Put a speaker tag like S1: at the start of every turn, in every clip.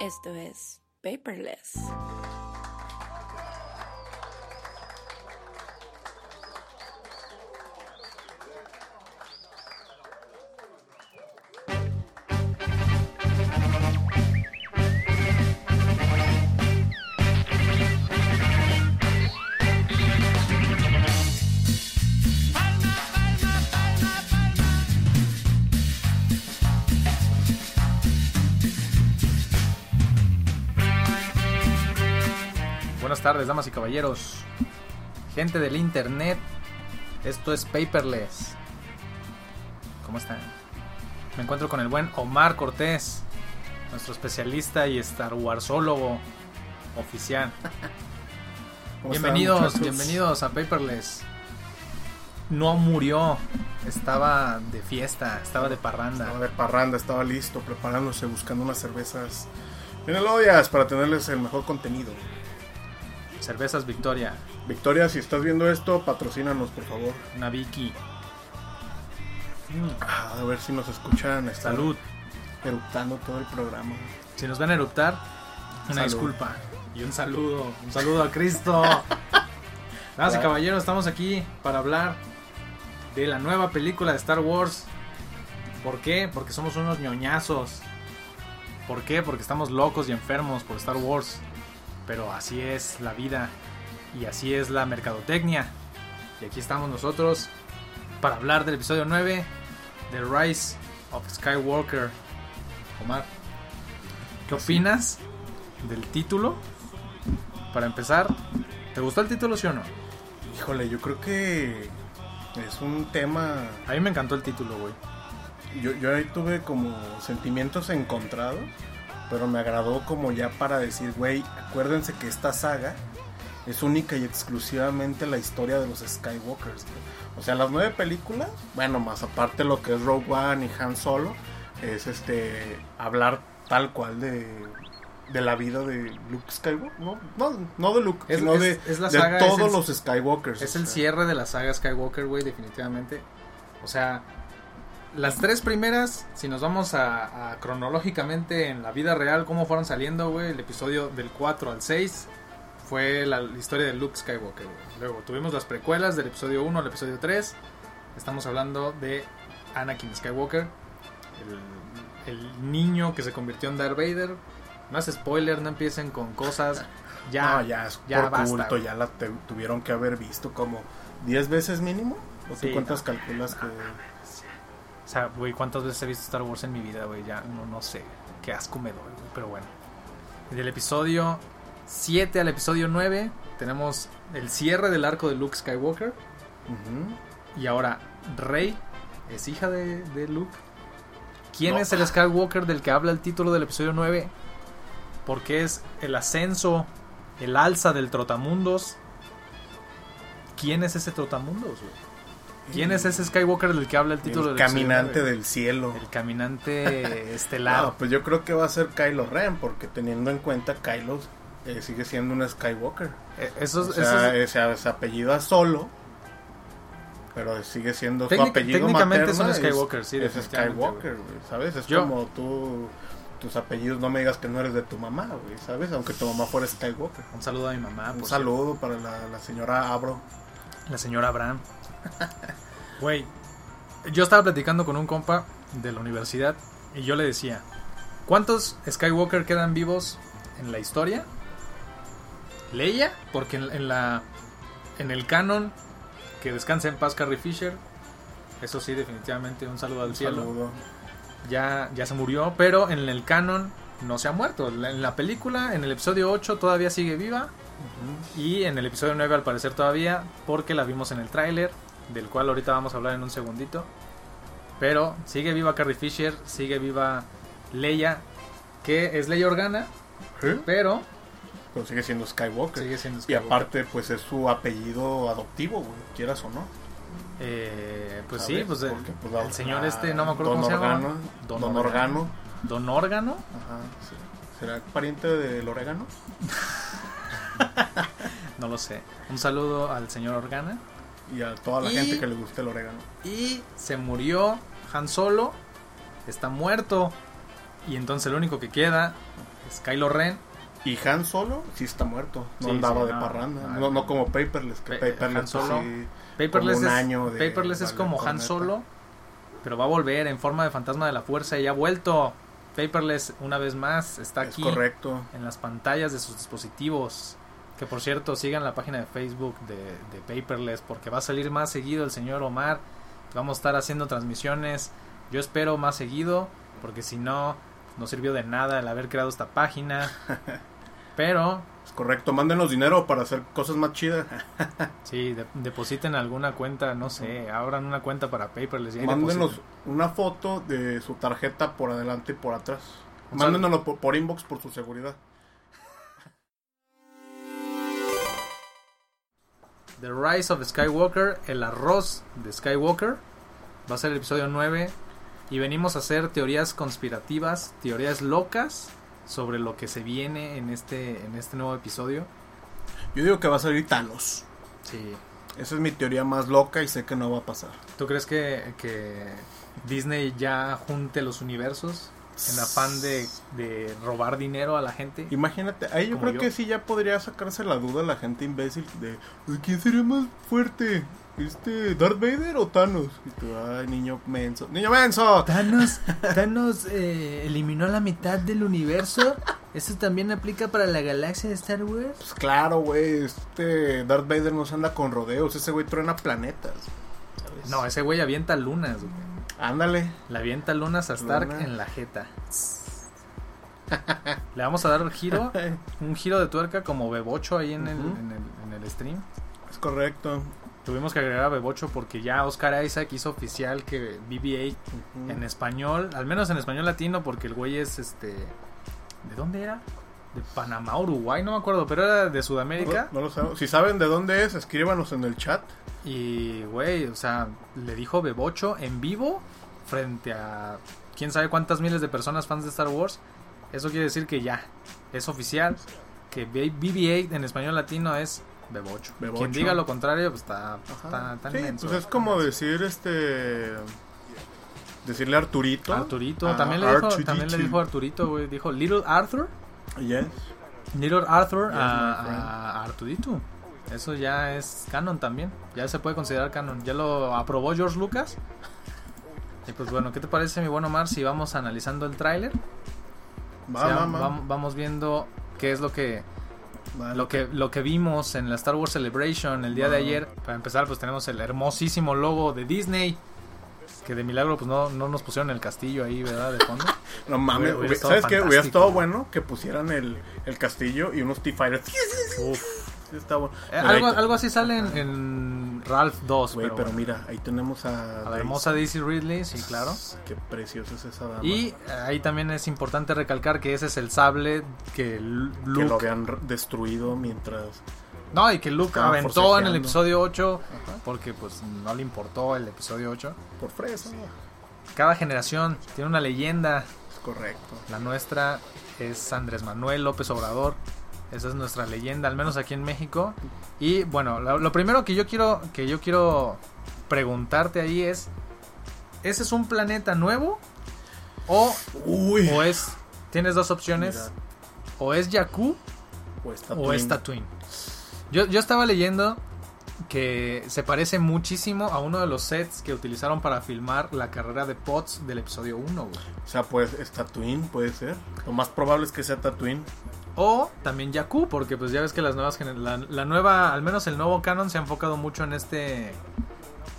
S1: Esto es Paperless.
S2: Buenas tardes, damas y caballeros. Gente del internet, esto es Paperless. ¿Cómo están? Me encuentro con el buen Omar Cortés, nuestro especialista y Star Warsólogo oficial.
S3: ¿Cómo están,
S2: Bienvenidos,
S3: muchachos?
S2: bienvenidos a Paperless. No murió, estaba de fiesta, estaba de
S3: Estaba
S2: parranda.
S3: de parranda, estaba listo, preparándose, buscando unas cervezas. Bien elodias para tenerles el mejor contenido.
S2: Cervezas Victoria,
S3: Victoria, si estás viendo esto, patrocínanos, por favor.
S2: una Vicky. Mm,
S3: Ah, a ver si nos escuchan. están
S2: Salud.
S3: Eruptando todo el programa.
S2: Si nos van a eruptar, una
S3: Salud.
S2: disculpa. Y un saludo, un saludo a Cristo. Damas y
S3: Claro.
S2: caballeros, estamos aquí para hablar de la nueva película de Star Wars. ¿Por qué? Porque somos unos ñoñazos. ¿Por qué? Porque estamos locos y enfermos por Star Wars. Pero así es la vida y así es la mercadotecnia. Y aquí estamos nosotros para hablar del episodio 9 de Rise of Skywalker. Omar, ¿qué opinas del título? Para empezar, ¿te gustó el título, sí o no?
S3: Híjole, yo creo que es un tema.
S2: A mí me encantó el título, güey.
S3: Yo, yo ahí tuve como sentimientos encontrados, pero me agradó como ya para decir, güey, acuérdense que esta saga es única y exclusivamente la historia de los Skywalkers. güey. O sea, las nueve películas, bueno, más aparte lo que es Rogue One y Han Solo, es este hablar tal cual de, de la vida de Luke Skywalker. No, no, no de Luke,
S2: Es-
S3: sino
S2: es-
S3: de,
S2: es la
S3: de
S2: saga, es
S3: todos
S2: el-
S3: los Skywalkers.
S2: Es
S3: o
S2: el
S3: sea.
S2: cierre de la saga Skywalker, güey, definitivamente. O sea, las tres primeras, si nos vamos a, a cronológicamente en la vida real, cómo fueron saliendo, güey, el episodio del 4 al 6 fue la, la historia de Luke Skywalker, güey. Luego tuvimos las precuelas del episodio 1 al episodio 3. Estamos hablando de Anakin Skywalker, el, el niño que se convirtió en Darth Vader. No es spoiler, no empiecen con cosas. Ya,
S3: no, ya es
S2: ya
S3: por
S2: basta,
S3: culto,
S2: güey.
S3: ya la te- tuvieron que haber visto como 10 veces mínimo.
S2: Sí,
S3: ¿O
S2: Ah,
S3: tú cuántas calculas que.?
S2: O sea, güey, ¿cuántas veces he visto Star Wars en mi vida, güey? Ya no, no sé. Qué asco me doy, güey. Pero bueno. Del episodio 7 al episodio 9 tenemos el cierre del arco de Luke Skywalker.
S3: Ujú.
S2: Y ahora Rey es hija de, de Luke. ¿Quién
S3: No.
S2: es el Skywalker del que habla el título del episodio 9? Porque es el ascenso, el alza del Trotamundos. ¿Quién es ese Trotamundos, güey? ¿Quién es ese Skywalker del que habla el título
S3: El
S2: del episodio
S3: caminante
S2: 9?
S3: del cielo.
S2: El caminante
S3: No,
S2: estelar.
S3: pues yo creo que va a ser Kylo Ren, porque teniendo en cuenta Kylo eh, sigue siendo un Skywalker.
S2: Eh,
S3: O
S2: Eso, es- eso
S3: sea,
S2: es-
S3: eh, se, se apellida solo, pero sigue siendo su
S2: Técnic-
S3: apellido
S2: técnicamente es un
S3: materno
S2: Skywalker, sí,
S3: es
S2: definitivamente,
S3: Skywalker, güey, ¿sabes? Es
S2: Yo-
S3: como tú, tus apellidos, no me digas que no eres de tu mamá, güey, ¿sabes? Aunque tu mamá fuera Skywalker.
S2: Un saludo a mi mamá.
S3: eh, Un
S2: Ah, por
S3: saludo para la, la señora Abro.
S2: cierto. La señora Abraham. Güey, yo estaba platicando con un compa de la universidad y yo le decía, ¿cuántos Skywalker quedan vivos en la historia? Leia, porque en, en la en el canon que descansa en paz Carrie Fisher. Eso sí, definitivamente un saludo al
S3: Un
S2: cielo.
S3: saludo.
S2: ya, ya se murió, pero en el canon no se ha muerto. La- En la película, en el episodio 8 todavía sigue viva
S3: Ujú.
S2: y en el episodio 9 al parecer todavía porque la vimos en el tráiler, del cual ahorita vamos a hablar en un segundito. Pero sigue viva Carrie Fisher, sigue viva Leia, que es Leia Organa, pero
S3: Pero sigue siendo Skywalker.
S2: sigue siendo
S3: Y
S2: Skywalker.
S3: aparte, pues es su apellido adoptivo, güey, quieras o no.
S2: Eh, pues
S3: ¿sabes?
S2: sí, pues el,
S3: Porque, pues, la-
S2: el señor
S3: la-
S2: este, no me acuerdo
S3: Don
S2: cómo se llama.
S3: Organo,
S2: Don
S3: Don,
S2: Organo.
S3: Organo.
S2: Don Órgano.
S3: Ajá, sí. ¿Será pariente del orégano?
S2: No lo sé. Un saludo al señor Organa.
S3: Y a toda la
S2: Y-
S3: gente que le guste el orégano.
S2: Y se murió Han Solo. Está muerto. Y entonces el único que queda es Kylo Ren.
S3: Y Han Solo sí está muerto. No
S2: Sí,
S3: andaba
S2: sí,
S3: de
S2: no,
S3: parranda.
S2: no,
S3: No,
S2: no.
S3: no como Paperless. Que
S2: Pe-
S3: Paperless
S2: Han Solo.
S3: pues, sí,
S2: Paperless,
S3: Como
S2: es,
S3: un año de
S2: Paperless es
S3: Valer
S2: como Han
S3: Planeta.
S2: Solo, pero va a volver en forma de fantasma de la fuerza y ha vuelto. Paperless, una vez más, está
S3: es
S2: aquí
S3: correcto.
S2: en las pantallas de sus dispositivos. Que por cierto, sigan la página de Facebook de, de Paperless porque va a salir más seguido el señor Omar. Vamos a estar haciendo transmisiones. Yo espero más seguido porque si no, no sirvió de nada el haber creado esta página. Pero
S3: Es correcto. Mándenos dinero para hacer cosas más chidas.
S2: Sí, de- depositen alguna cuenta, no sé, abran una cuenta para Paperless. y ahí
S3: Mándenos
S2: depositen.
S3: una foto de su tarjeta por adelante y por atrás.
S2: Un saludo.
S3: Mándenoslo por, por inbox por su seguridad.
S2: The Rise of Skywalker, el arroz de Skywalker, va a ser el episodio 9 y venimos a hacer teorías conspirativas, teorías locas sobre lo que se viene en este, en este nuevo episodio.
S3: Yo digo que va a salir Thanos.
S2: Sí.
S3: Esa es mi teoría más loca y sé que no va a pasar.
S2: ¿Tú crees que, que Disney ya junte los universos en afán de, de robar dinero a la gente?
S3: Imagínate, ahí yo
S2: Como
S3: creo
S2: yo.
S3: que sí ya podría sacarse la duda la gente imbécil de "Ay, ¿quién sería más fuerte? ¿Este Darth Vader o Thanos? Y tú, ay, niño menso. ¡Niño menso!
S2: Thanos, Thanos eh, eliminó la mitad del universo. ¿Eso también aplica para la galaxia de Star Wars?
S3: Pues claro, güey, este Darth Vader no se anda con rodeos, ese güey truena planetas. ¿sabes?
S2: No, ese güey avienta lunas. güey.
S3: Ándale.
S2: Le avienta lunas a Stark
S3: Luna.
S2: en la jeta. Le vamos a dar un giro, un giro de tuerca como Bebocho ahí en, el,
S3: Ujú.
S2: en el- en el stream.
S3: Es correcto.
S2: Tuvimos que agregar a Bebocho porque ya Oscar Isaac hizo oficial que BB-8
S3: Ujú.
S2: en español, al menos en español latino, porque el güey es este. ¿De dónde era? De Panamá, Uruguay, no me acuerdo, pero era de Sudamérica.
S3: No, no lo sabemos. Si saben de dónde es, escríbanos en el chat.
S2: Y, güey, o sea, le dijo Bebocho en vivo frente a quién sabe cuántas miles de personas fans de Star Wars. Eso quiere decir que ya es oficial que B- BB-8 en español latino es Bebocho.
S3: Bebocho.
S2: Quien diga lo contrario, pues está,
S3: Ajá.
S2: está tan
S3: sí,
S2: inmenso.
S3: pues es como decir este decirle Arturito.
S2: Arturito,
S3: Ah,
S2: también, le dijo, también le
S3: R2D2.
S2: dijo Arturito, güey. Dijo Little Arthur.
S3: Yes.
S2: Little Arthur
S3: Yes, my friend.
S2: a, a Artudito. Eso ya es canon también. Ya se puede considerar canon. Ya lo aprobó George Lucas. Y pues bueno, ¿qué te parece, mi buen Omar, si vamos analizando el tráiler?
S3: Va,
S2: O sea,
S3: va, va.
S2: vam- Vamos viendo qué es lo que,
S3: Vale.
S2: lo, que, lo que vimos en la Star Wars Celebration el día de
S3: Va.
S2: ayer. Para empezar, pues tenemos el hermosísimo logo de Disney. Que de milagro, pues no, no nos pusieron el castillo ahí, ¿verdad? De fondo.
S3: No mames,
S2: Hubiera- hubiera
S3: hubiera-
S2: estado
S3: ¿sabes qué? Hubiera
S2: fantástico.
S3: estado bueno que pusieran el, el castillo y unos T-Fighters.
S2: Uf.
S3: Está bueno.
S2: Eh,
S3: Pero
S2: algo,
S3: ahí-
S2: algo así sale en, en Ralph 2.
S3: Güey,
S2: pero
S3: pero,
S2: bueno.
S3: mira, ahí tenemos a.
S2: A la hermosa Daisy Ridley, sí, claro.
S3: Qué preciosa es esa dama.
S2: Y ahí también es importante recalcar que ese es el sable que Lu-
S3: que lo
S2: Luke.
S3: habían re- destruido mientras.
S2: No, y que Luke
S3: Estaban
S2: aventó en el
S3: forcejeando.
S2: episodio 8
S3: Ajá,
S2: porque pues no le importó el episodio 8.
S3: por fresa.
S2: Cada generación tiene una leyenda.
S3: Es correcto.
S2: La nuestra es Andrés Manuel López Obrador. Esa es nuestra leyenda, al menos aquí en México. Y bueno, lo, lo primero que yo quiero que yo quiero preguntarte ahí es ¿ese es un planeta nuevo o
S3: Uy.
S2: O es. Tienes dos opciones.
S3: Mira,
S2: O es Jakku
S3: o esta
S2: o es Tatooine. Yo, yo estaba leyendo que se parece muchísimo a uno de los sets que utilizaron para filmar la carrera de Potts del episodio 1, güey.
S3: O sea, pues es Tatooine, puede ser. Lo más probable es que sea Tatooine.
S2: O también Jakku, porque pues ya ves que las nuevas gener- la, la nueva, al menos el nuevo canon se ha enfocado mucho en este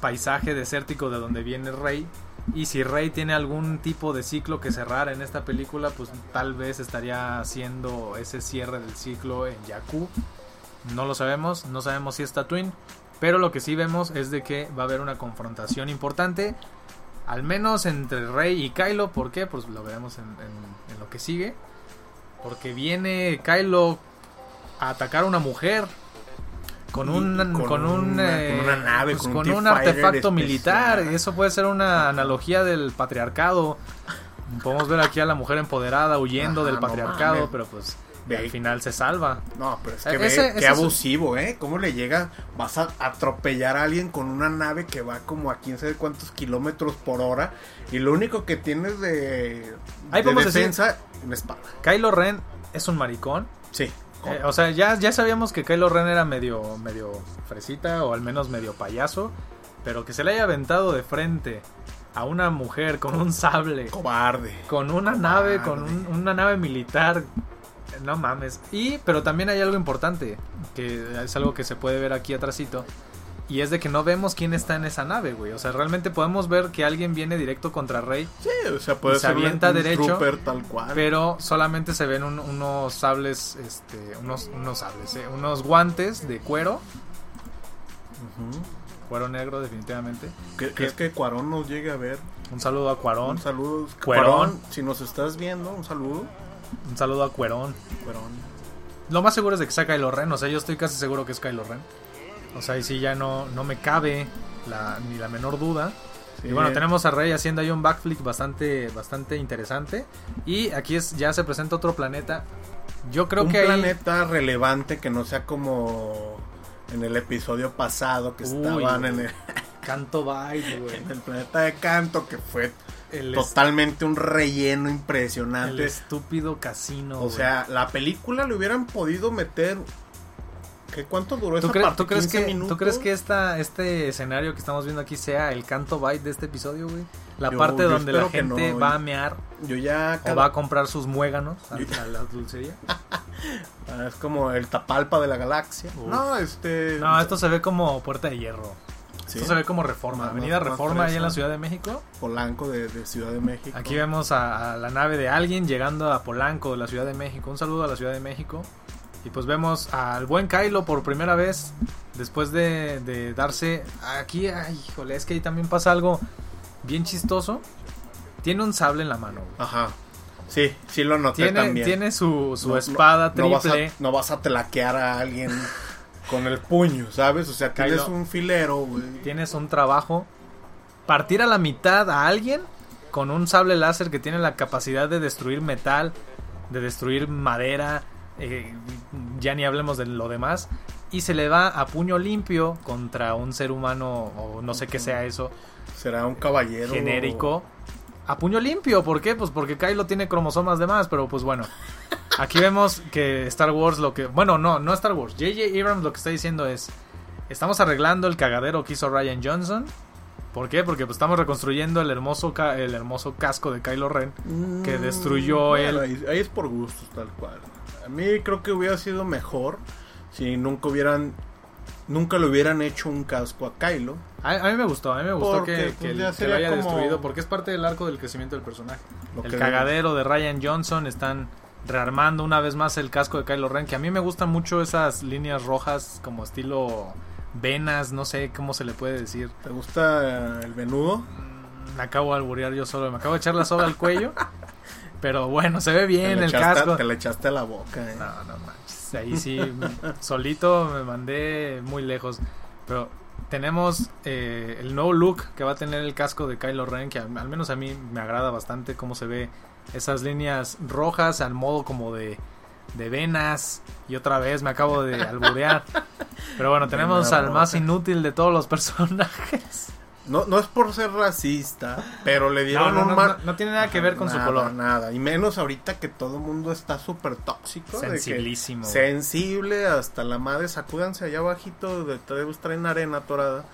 S2: paisaje desértico de donde viene Rey. Y si Rey tiene algún tipo de ciclo que cerrar en esta película, pues tal vez estaría haciendo ese cierre del ciclo en Jakku. No lo sabemos, no sabemos si es Tatooine, pero lo que sí vemos es de que va a haber una confrontación importante, al menos entre Rey y Kylo, ¿por qué? Pues lo veremos en, en- en lo que sigue, porque viene Kylo a atacar a una mujer con
S3: Y-
S2: un
S3: y
S2: con,
S3: con
S2: un
S3: una-
S2: eh,
S3: con una nave,
S2: pues,
S3: con un
S2: con
S3: TIE
S2: un
S3: fighter
S2: artefacto
S3: especial.
S2: militar, eso puede ser una analogía del patriarcado. Podemos ver aquí a la mujer empoderada huyendo
S3: Ajá,
S2: del
S3: no
S2: patriarcado,
S3: mames.
S2: pero pues Y al final se salva.
S3: No, pero es que
S2: E-
S3: ve,
S2: ese-
S3: qué
S2: ese es-
S3: abusivo, ¿eh? ¿Cómo le llega? Vas a atropellar a alguien con una nave que va como a quién sabe cuántos kilómetros por hora y lo único que tienes de,
S2: Ahí
S3: de
S2: podemos decir-
S3: defensa una espada.
S2: Kylo Ren es un maricón.
S3: Sí.
S2: Eh, o sea, ya, ya sabíamos que Kylo Ren era medio, medio fresita o al menos medio payaso. Pero que se le haya aventado de frente a una mujer con un sable,
S3: Cobarde.
S2: con una nave, con un- una nave militar. No mames. Y, pero también hay algo importante, que es algo que se puede ver aquí atrásito. Y es de que no vemos quién está en esa nave, güey. O sea, realmente podemos ver que alguien viene directo contra Rey.
S3: Sí, o sea,
S2: puede Y se ser un- avienta un derecho, trooper
S3: tal cual.
S2: Pero solamente se ven un- unos sables, este, unos, unos sables, eh, unos guantes de cuero, cuero negro definitivamente.
S3: ¿Crees que Cuarón nos llegue a ver?
S2: Un saludo a Cuarón,
S3: Un saludo.
S2: Cuarón.
S3: Cuarón, si nos estás viendo, un saludo.
S2: un saludo a Cuerón.
S3: Cuarón.
S2: Lo más seguro es de que sea Kylo Ren, o sea, yo estoy casi seguro que es Kylo Ren. O sea, y sí ya no, no me cabe la- ni la menor duda. Y bueno, tenemos a Rey haciendo ahí un backflip bastante, bastante interesante. Y aquí es, ya se presenta otro planeta. Yo creo
S3: un
S2: que ahí-
S3: planeta relevante que no sea como en el episodio pasado que
S2: Uy,
S3: estaban en
S2: güey.
S3: el,
S2: Canto Vibe, güey.
S3: en el planeta de canto que fue
S2: El, est-
S3: totalmente un relleno
S2: el
S3: impresionante.
S2: estúpido casino.
S3: o
S2: güey.
S3: sea, la película le hubieran podido meter ¿qué cuánto duró
S2: ¿Tú,
S3: Pues esa
S2: cre-
S3: parte?
S2: tú crees
S3: 15
S2: que,
S3: minutos.
S2: ¿Tú crees que esta, este escenario que estamos viendo aquí sea el canto byte de este episodio, güey? La
S3: Yo-
S2: parte
S3: yo
S2: donde la
S3: espero que
S2: gente
S3: no,
S2: va
S3: yo-
S2: a mear
S3: yo ya
S2: o
S3: cada-
S2: va a comprar sus muéganos a,
S3: Yo-
S2: a la dulcería.
S3: ah, es como el Tapalpa de la galaxia.
S2: Uf.
S3: No, este
S2: No, esto se ve como Puerta de Hierro.
S3: sí,
S2: Esto se ve como Reforma.
S3: Más-
S2: Avenida
S3: más
S2: Reforma ahí en la
S3: fresa.
S2: Ciudad de México.
S3: Polanco de, de Ciudad de México.
S2: Aquí vemos a, a la nave de alguien llegando a Polanco, de la Ciudad de México. Un saludo a la Ciudad de México. Y pues vemos al buen Kylo por primera vez después de, de darse aquí. Ay, híjole, es que ahí también pasa algo bien chistoso. Tiene un sable en la mano. güey.
S3: Ajá. Sí, sí lo noté
S2: Tiene,
S3: también.
S2: tiene su, su
S3: No- no-
S2: espada
S3: no vas a-
S2: triple.
S3: No vas, a, tlaquear a alguien con el puño, ¿sabes? O sea, tienes
S2: Kylo.
S3: un filero, güey.
S2: Tienes un trabajo. Partir a la mitad a alguien con un sable láser que tiene la capacidad de destruir metal, de destruir madera, eh, ya ni hablemos de lo demás. Y se le va a puño limpio contra un ser humano o no sé qué sea eso,
S3: Será un caballero.
S2: genérico. A puño limpio, ¿por qué? Pues porque Kylo tiene cromosomas de más, pero pues bueno. Aquí vemos que Star Wars lo que... Bueno, no, no Star Wars. JJ Abrams lo que está diciendo es... Estamos arreglando el cagadero que hizo Ryan Johnson. ¿Por qué? Porque pues, estamos reconstruyendo el hermoso, ca- el hermoso casco de Kylo Ren.
S3: Mm,
S2: que destruyó él.
S3: Ahí, ahí es por gustos, tal cual. A mí creo que hubiera sido mejor si nunca hubieran. Nunca le hubieran hecho un casco a Kylo.
S2: A, a mí me gustó, a mí me gustó
S3: Porque,
S2: que,
S3: pues,
S2: que el-
S3: ya
S2: que lo
S3: sería
S2: haya
S3: como-
S2: destruido. Porque es parte del arco del crecimiento del personaje.
S3: lo
S2: el
S3: que-
S2: cagadero de Ryan Johnson. Están rearmando una vez más el casco de Kylo Ren. Que a mí me gustan mucho esas líneas rojas como estilo venas. No sé cómo se le puede decir.
S3: ¿Te gusta el menudo?
S2: Mm, Me acabo de alburear yo solo. Me acabo de echar la soga al cuello. Pero bueno, se ve
S3: Te
S2: bien
S3: le
S2: el
S3: echaste-
S2: casco.
S3: Te le echaste a la boca, ¿eh?
S2: No, no manches. Ahí sí, mm, solito me mandé muy lejos. Pero tenemos eh, el nuevo look que va a tener el casco de Kylo Ren, que al, al menos a mí me agrada bastante cómo se ve esas líneas rojas al modo como de, de venas. Y otra vez me acabo de alburear. Pero bueno, tenemos
S3: Vena
S2: al más
S3: roja.
S2: inútil de todos los personajes.
S3: No, no es por ser racista, pero le dieron
S2: no,
S3: un
S2: no,
S3: mar-
S2: no- no tiene nada que ver con su
S3: Nada,
S2: color.
S3: Nada, y menos ahorita que todo el mundo está súper tóxico. de que
S2: Sensibilísimo. güey.
S3: sensible hasta la madre, sacúdanse allá abajito, de ustedes traen arena torada.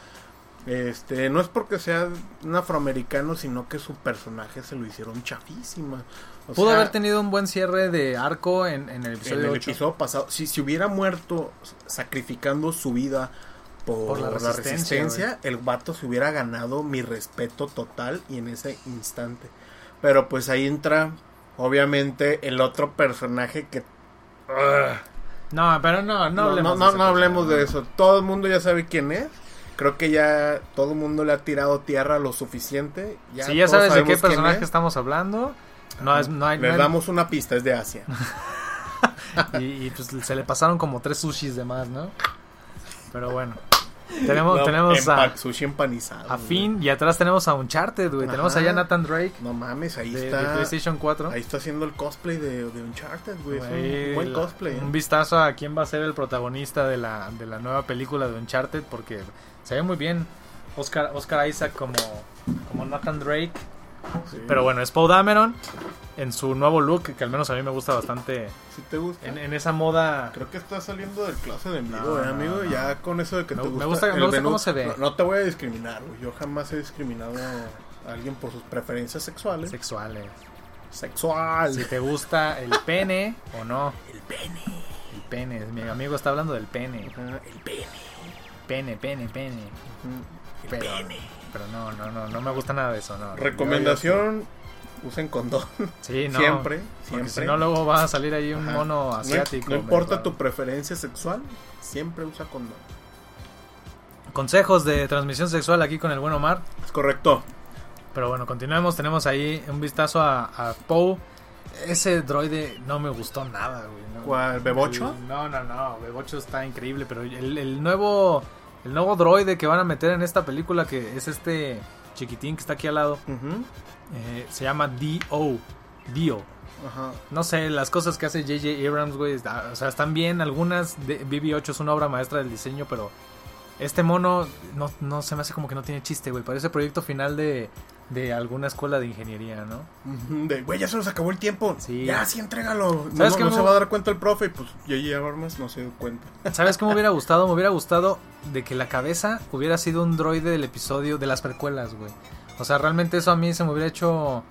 S3: Este, no es porque sea un afroamericano, sino que su personaje se lo hicieron chafísima. O
S2: Pudo
S3: sea,
S2: haber tenido un buen cierre de arco en, en el
S3: Pues, en
S2: episodio
S3: el
S2: 8.
S3: episodio pasado, si se hubiera muerto sacrificando su vida por,
S2: Por la
S3: la resistencia,
S2: resistencia,
S3: el vato se hubiera ganado mi respeto total y en ese instante. Pero pues ahí entra, obviamente, el otro personaje que... ¡Ugh!
S2: No, pero no, no
S3: No,
S2: hablemos
S3: no, no,
S2: esa
S3: no hablemos
S2: cosa,
S3: de
S2: no.
S3: eso. Todo el mundo ya sabe quién es. Creo que ya todo el mundo le ha tirado tierra lo suficiente. Ya
S2: si ya
S3: todos
S2: sabes de qué
S3: sabemos quién
S2: personaje
S3: es.
S2: estamos hablando, no es, no hay, no
S3: Les
S2: hay-
S3: damos una pista, es de Asia.
S2: y, y, pues se le pasaron como tres sushis de más, ¿no? Pero bueno. Tenemos,
S3: No,
S2: tenemos a,
S3: empa- Sushi empanizado.
S2: a
S3: güey.
S2: Finn y atrás tenemos a Uncharted, güey. Tenemos
S3: Ajá.
S2: allá a Nathan Drake
S3: No mames, ahí
S2: de, de
S3: está.
S2: PlayStation 4.
S3: Ahí está haciendo el cosplay de, de Uncharted, güey. Es
S2: Ahí
S3: un buen
S2: el-
S3: cosplay.
S2: Un
S3: ¿eh?
S2: vistazo a quién va a ser el protagonista de la, de la nueva película de Uncharted, porque se ve muy bien Oscar, Oscar Isaac como, como Nathan Drake.
S3: Sí.
S2: Pero bueno, es Paul Dameron en su nuevo look, que al menos a mí me gusta bastante.
S3: Si te gusta.
S2: En, en esa moda.
S3: Creo que estás saliendo del clase de amigo,
S2: No,
S3: eh,
S2: no,
S3: amigo.
S2: no.
S3: Ya con eso de que
S2: Me-
S3: te
S2: me gusta-
S3: gusta.
S2: me
S3: el
S2: gusta
S3: menú-
S2: cómo se ve.
S3: No, no te voy a discriminar, güey. Yo jamás he discriminado a alguien por sus preferencias sexuales.
S2: Sexuales.
S3: Sexual.
S2: Si te gusta el pene o no. El pene. El pene. Mi amigo está hablando del pene.
S3: Ajá, el pene.
S2: Pene, pene, pene.
S3: El
S2: Pero,
S3: pene.
S2: pero no, no, no, no me gusta nada de eso, no.
S3: Recomendación: usen condón.
S2: Sí, no.
S3: Siempre,
S2: Porque
S3: siempre.
S2: si no, luego va a salir ahí un
S3: Ajá.
S2: mono
S3: No-
S2: asiático.
S3: No,
S2: medio
S3: importa
S2: raro.
S3: tu preferencia sexual, siempre usa condón.
S2: Consejos de transmisión sexual aquí con el buen Omar.
S3: Es correcto.
S2: Pero bueno, continuemos. Tenemos ahí un vistazo a, a Poe. Ese droide no me gustó nada, güey. no.
S3: ¿Cuál? ¿Bebocho?
S2: El- No, no, no. Bebocho está increíble. Pero el, el nuevo el nuevo droide que van a meter en esta película, que es este chiquitín que está aquí al lado,
S3: Ujú.
S2: eh, se llama D.O. Dio.
S3: Ajá.
S2: No sé, las cosas que hace J.J. Abrams, güey, está- o sea, están bien. Algunas, de, BB-8 es una obra maestra del diseño, pero este mono no, no se me hace como que no tiene chiste, güey. Parece proyecto final de, de alguna escuela de ingeniería, ¿no?
S3: Ujú, De, güey, ya se nos acabó el tiempo.
S2: Sí.
S3: Ya, sí, entrégalo. No,
S2: ¿Sabes
S3: no-
S2: qué
S3: no
S2: me-
S3: se va a dar cuenta el profe. Y pues J.J. Abrams no se dio cuenta.
S2: ¿Sabes qué me hubiera gustado? Me hubiera gustado de que la cabeza hubiera sido un droide del episodio de las precuelas, güey. O sea, realmente eso a mí se me hubiera hecho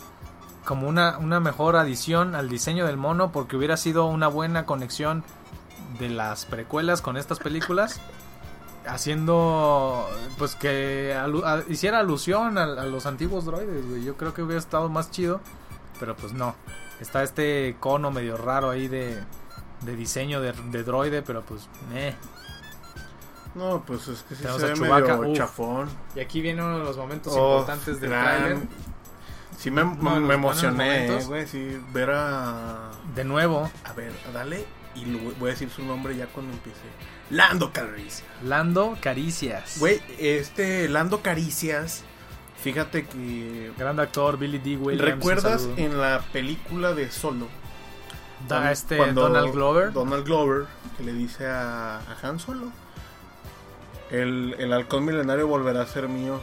S2: como una, una mejor adición al diseño del mono porque hubiera sido una buena conexión de las precuelas con estas películas. Haciendo, pues que alu- a- hiciera alusión a, a los antiguos droides, güey. Yo creo que hubiera estado más chido, pero pues no. Está este cono medio raro ahí de, de diseño de, de droide, pero pues, eh.
S3: No, pues es que sí
S2: Tenemos
S3: se
S2: a
S3: ve
S2: Chewbacca,
S3: medio
S2: uf.
S3: chafón.
S2: Y aquí viene uno de los momentos
S3: Oh,
S2: importantes del
S3: gran-
S2: tráiler.
S3: Sí, me,
S2: Uno de los
S3: me emocioné,
S2: buenos momentos.
S3: güey. Sí, ver a.
S2: De nuevo,
S3: A ver, dale. Y lo- voy a decir su nombre ya cuando empiece. Lando Calrissian.
S2: Lando Caricias.
S3: Güey, este Lando Caricias. Fíjate que.
S2: Gran actor, Billy D. Williams. un
S3: ¿Recuerdas
S2: saludo.
S3: en la película de Solo?
S2: Da-
S3: Cuando-
S2: este
S3: cuando
S2: Donald Glover?
S3: Donald Glover, que le dice a, a Han Solo, el, el halcón milenario volverá a ser mío.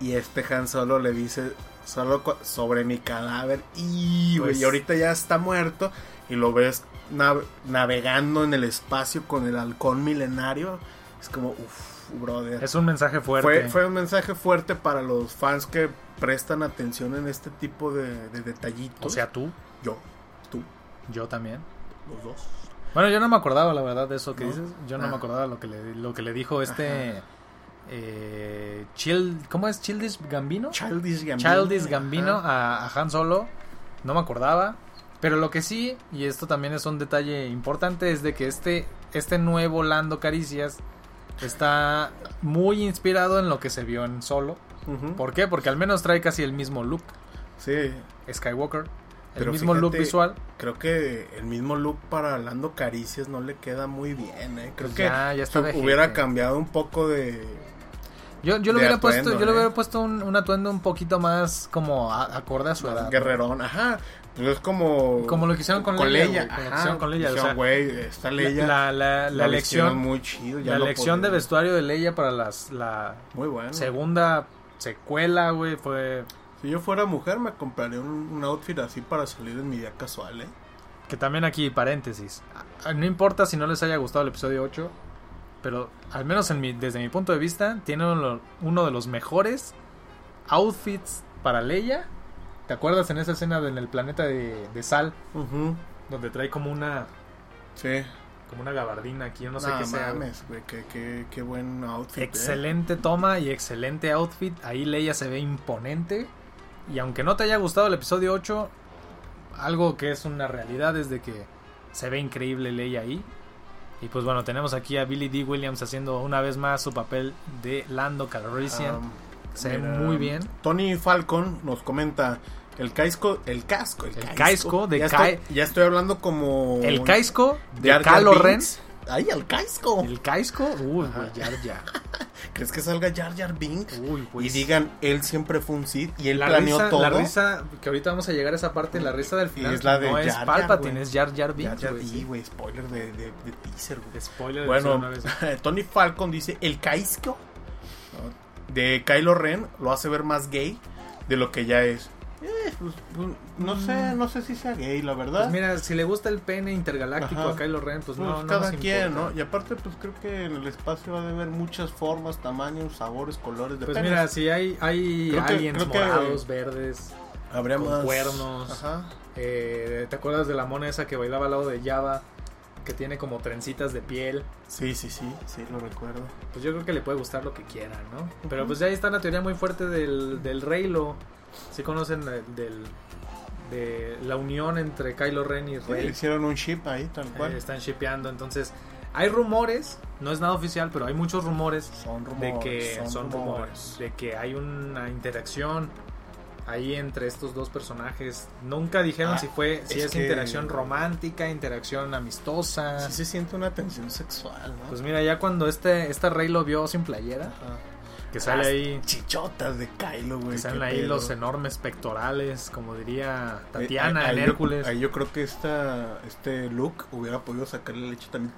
S3: Y este Han Solo le dice, solo cu- sobre mi cadáver. Y, güey,
S2: Pues-
S3: y ahorita ya está muerto. Y lo ves nav- navegando en el espacio con el halcón milenario. Es como, uff, brother.
S2: es un mensaje fuerte.
S3: Fue, fue un mensaje fuerte para los fans que prestan atención en este tipo de, de detallitos.
S2: O sea, tú,
S3: yo, tú,
S2: yo también.
S3: los dos.
S2: Bueno, yo no me acordaba, la verdad, de eso que
S3: ¿No?
S2: dices. Yo no
S3: Ah.
S2: me acordaba lo que le, lo que le dijo este. Eh, Chil- ¿Cómo es? ¿Childish Gambino?
S3: Childish Gambino.
S2: Childish Gambino
S3: Ajá.
S2: a, a Han Solo. No me acordaba. Pero lo que sí, y esto también es un detalle importante, es de que este, este nuevo Lando Caricias está muy inspirado en lo que se vio en Solo.
S3: Ujú.
S2: ¿Por qué? Porque al menos trae casi el mismo look
S3: Sí,
S2: Skywalker. El
S3: Pero
S2: mismo look
S3: fíjate,
S2: visual.
S3: creo que el mismo look para Lando Caricias no le queda muy bien, ¿eh? Creo
S2: Pues
S3: que
S2: ya, ya está
S3: se
S2: vejete.
S3: hubiera cambiado un poco de...
S2: Yo, yo le
S3: de
S2: hubiera
S3: atuendo,
S2: puesto, yo le
S3: ¿eh?
S2: hubiera puesto un, un atuendo un poquito más como a- acorde a su edad.
S3: Guerrerón, ajá. Pues es como...
S2: Como lo que hicieron con Leia,
S3: Leia.
S2: güey, como lo que
S3: ajá.
S2: hicieron con Leia, o
S3: Dijeron,
S2: sea,
S3: güey, esta Leia...
S2: La, la- la
S3: la vistieron
S2: elección,
S3: Muy chido. ya
S2: la
S3: lo
S2: elección de
S3: podemos-
S2: vestuario de Leia para las, la,
S3: Muy bueno.
S2: segunda secuela, güey, fue
S3: Si yo fuera mujer me compraría un, un outfit así para salir en mi día casual, ¿eh?
S2: que también aquí paréntesis. a- No importa si no les haya gustado el episodio 8, pero al menos en mi, desde mi punto de vista tiene uno, uno de los mejores outfits para Leia. ¿Te acuerdas en esa escena en el planeta de, de Sal donde trae como una
S3: Sí.
S2: como una gabardina aquí, yo no
S3: No
S2: sé qué sea? güey?
S3: mames, güey, qué, qué, qué buen outfit. ¿eh?
S2: Excelente toma y excelente outfit. Ahí Leia se ve imponente. Y aunque no te haya gustado el episodio 8, algo que es una realidad es de que se ve increíble Leia ahí. Y pues bueno, tenemos aquí a Billy D. Williams haciendo una vez más su papel de Lando Calrissian.
S3: Um,
S2: se ve
S3: mira,
S2: muy bien.
S3: Tony Falcon nos comenta el casco, el casco, el,
S2: El casco de
S3: ya,
S2: Kai-
S3: estoy, ya estoy hablando como
S2: El casco de
S3: Jar Jar
S2: Kylo Ren
S3: Binks. ¡Ay, al casco!
S2: El Caisco, uy, güey,
S3: Ajá.
S2: ya, ya.
S3: ¿Crees que salga Jar Jar Binks?
S2: Uy, güey.
S3: Y digan, él siempre fue un Sith y él
S2: la
S3: planeó
S2: risa,
S3: todo.
S2: la risa, que ahorita vamos a llegar a esa parte, la risa del
S3: Y
S2: final.
S3: es la de
S2: no es
S3: Jar Jar,
S2: Palpatine,
S3: güey.
S2: es Jar Jar
S3: Jar
S2: Binks,
S3: Jar
S2: güey,
S3: Binks,
S2: sí.
S3: güey, spoiler de, de, de teaser, güey.
S2: Spoiler. de
S3: Bueno,
S2: episodio nueve.
S3: Tony Falcon dice, el caisco de Kylo Ren lo hace ver más gay de lo que ya es. Eh, pues, pues, no sé, no sé si sea gay, la verdad.
S2: Mm. Pues mira, si le gusta el pene intergaláctico
S3: Ajá.
S2: a Kylo Ren, pues,
S3: Pues
S2: no, no
S3: cada
S2: nos
S3: quien,
S2: importa.
S3: ¿no? Y aparte, pues creo que en el espacio va a haber muchas formas, tamaños, sabores, colores. De
S2: Pues
S3: penes.
S2: mira, si hay, hay
S3: Creo que-
S2: aliens
S3: creo que-
S2: morados, verdes,
S3: habría
S2: con
S3: más
S2: cuernos.
S3: Ajá.
S2: eh, ¿te acuerdas de la mona esa que bailaba al lado de Java? Que tiene como trencitas de piel.
S3: Sí, sí, sí, sí, lo recuerdo.
S2: Pues yo creo que le puede gustar lo que quiera, ¿no? Pero
S3: Ujú.
S2: pues ya ahí está una teoría muy fuerte del, del Reylo. Si conocen la- del, de la unión entre Kylo Ren y
S3: Sí,
S2: Rey.
S3: hicieron un ship ahí, tal cual.
S2: Eh, están shipeando. Entonces, hay rumores, no es nada oficial, pero hay muchos rumores
S3: son rumores.
S2: de que son, rumores,
S3: rumores.
S2: de que hay una interacción ahí entre estos dos personajes. Nunca dijeron
S3: Ah,
S2: si fue si
S3: es
S2: es,
S3: que-
S2: interacción romántica, interacción amistosa.
S3: Sí se siente una tensión sexual, ¿no?
S2: Pues mira, ya cuando este este rey lo vio sin playera,
S3: Ajá.
S2: que sale
S3: Las
S2: ahí
S3: Chichotas de Kylo, güey.
S2: que salen
S3: Ah, qué
S2: ahí
S3: pedo.
S2: los enormes pectorales, como diría
S3: Eh,
S2: Tatiana
S3: ahí-
S2: en
S3: ahí yo-
S2: Hércules.
S3: Ahí yo creo que esta, este look hubiera podido sacarle leche también.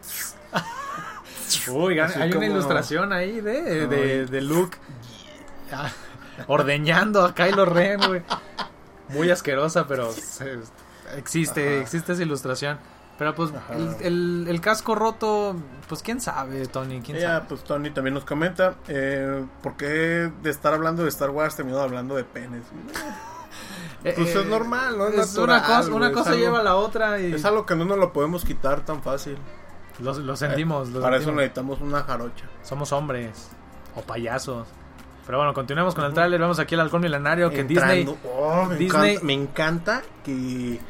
S2: Uy, gan-
S3: Así
S2: hay
S3: como-
S2: una ilustración ahí de, de,
S3: Ay.
S2: de Luke ah, ordeñando a Kylo Ren, güey. Muy asquerosa, pero se- existe,
S3: Ajá.
S2: existe esa ilustración. Pero pues
S3: Ajá.
S2: el, el- el casco roto, pues quién sabe, Tony, quién
S3: Ya,
S2: sabe.
S3: pues Tony también nos comenta, eh, ¿por qué de estar hablando de Star Wars terminó hablando de penes?
S2: Eh,
S3: pues
S2: eh,
S3: es normal, ¿no? Es
S2: es
S3: natural,
S2: una cosa,
S3: güey,
S2: una
S3: es
S2: cosa
S3: algo-
S2: lleva a la otra y
S3: Es algo que no nos lo podemos quitar tan fácil.
S2: lo, lo sentimos. lo
S3: Para eso
S2: sentimos.
S3: necesitamos una jarocha.
S2: Somos hombres o payasos. Pero bueno, continuemos con el tráiler. Vemos aquí el halcón milenario que Disney...
S3: Entrando. Oh, me,
S2: Disney-
S3: encanta, me encanta que,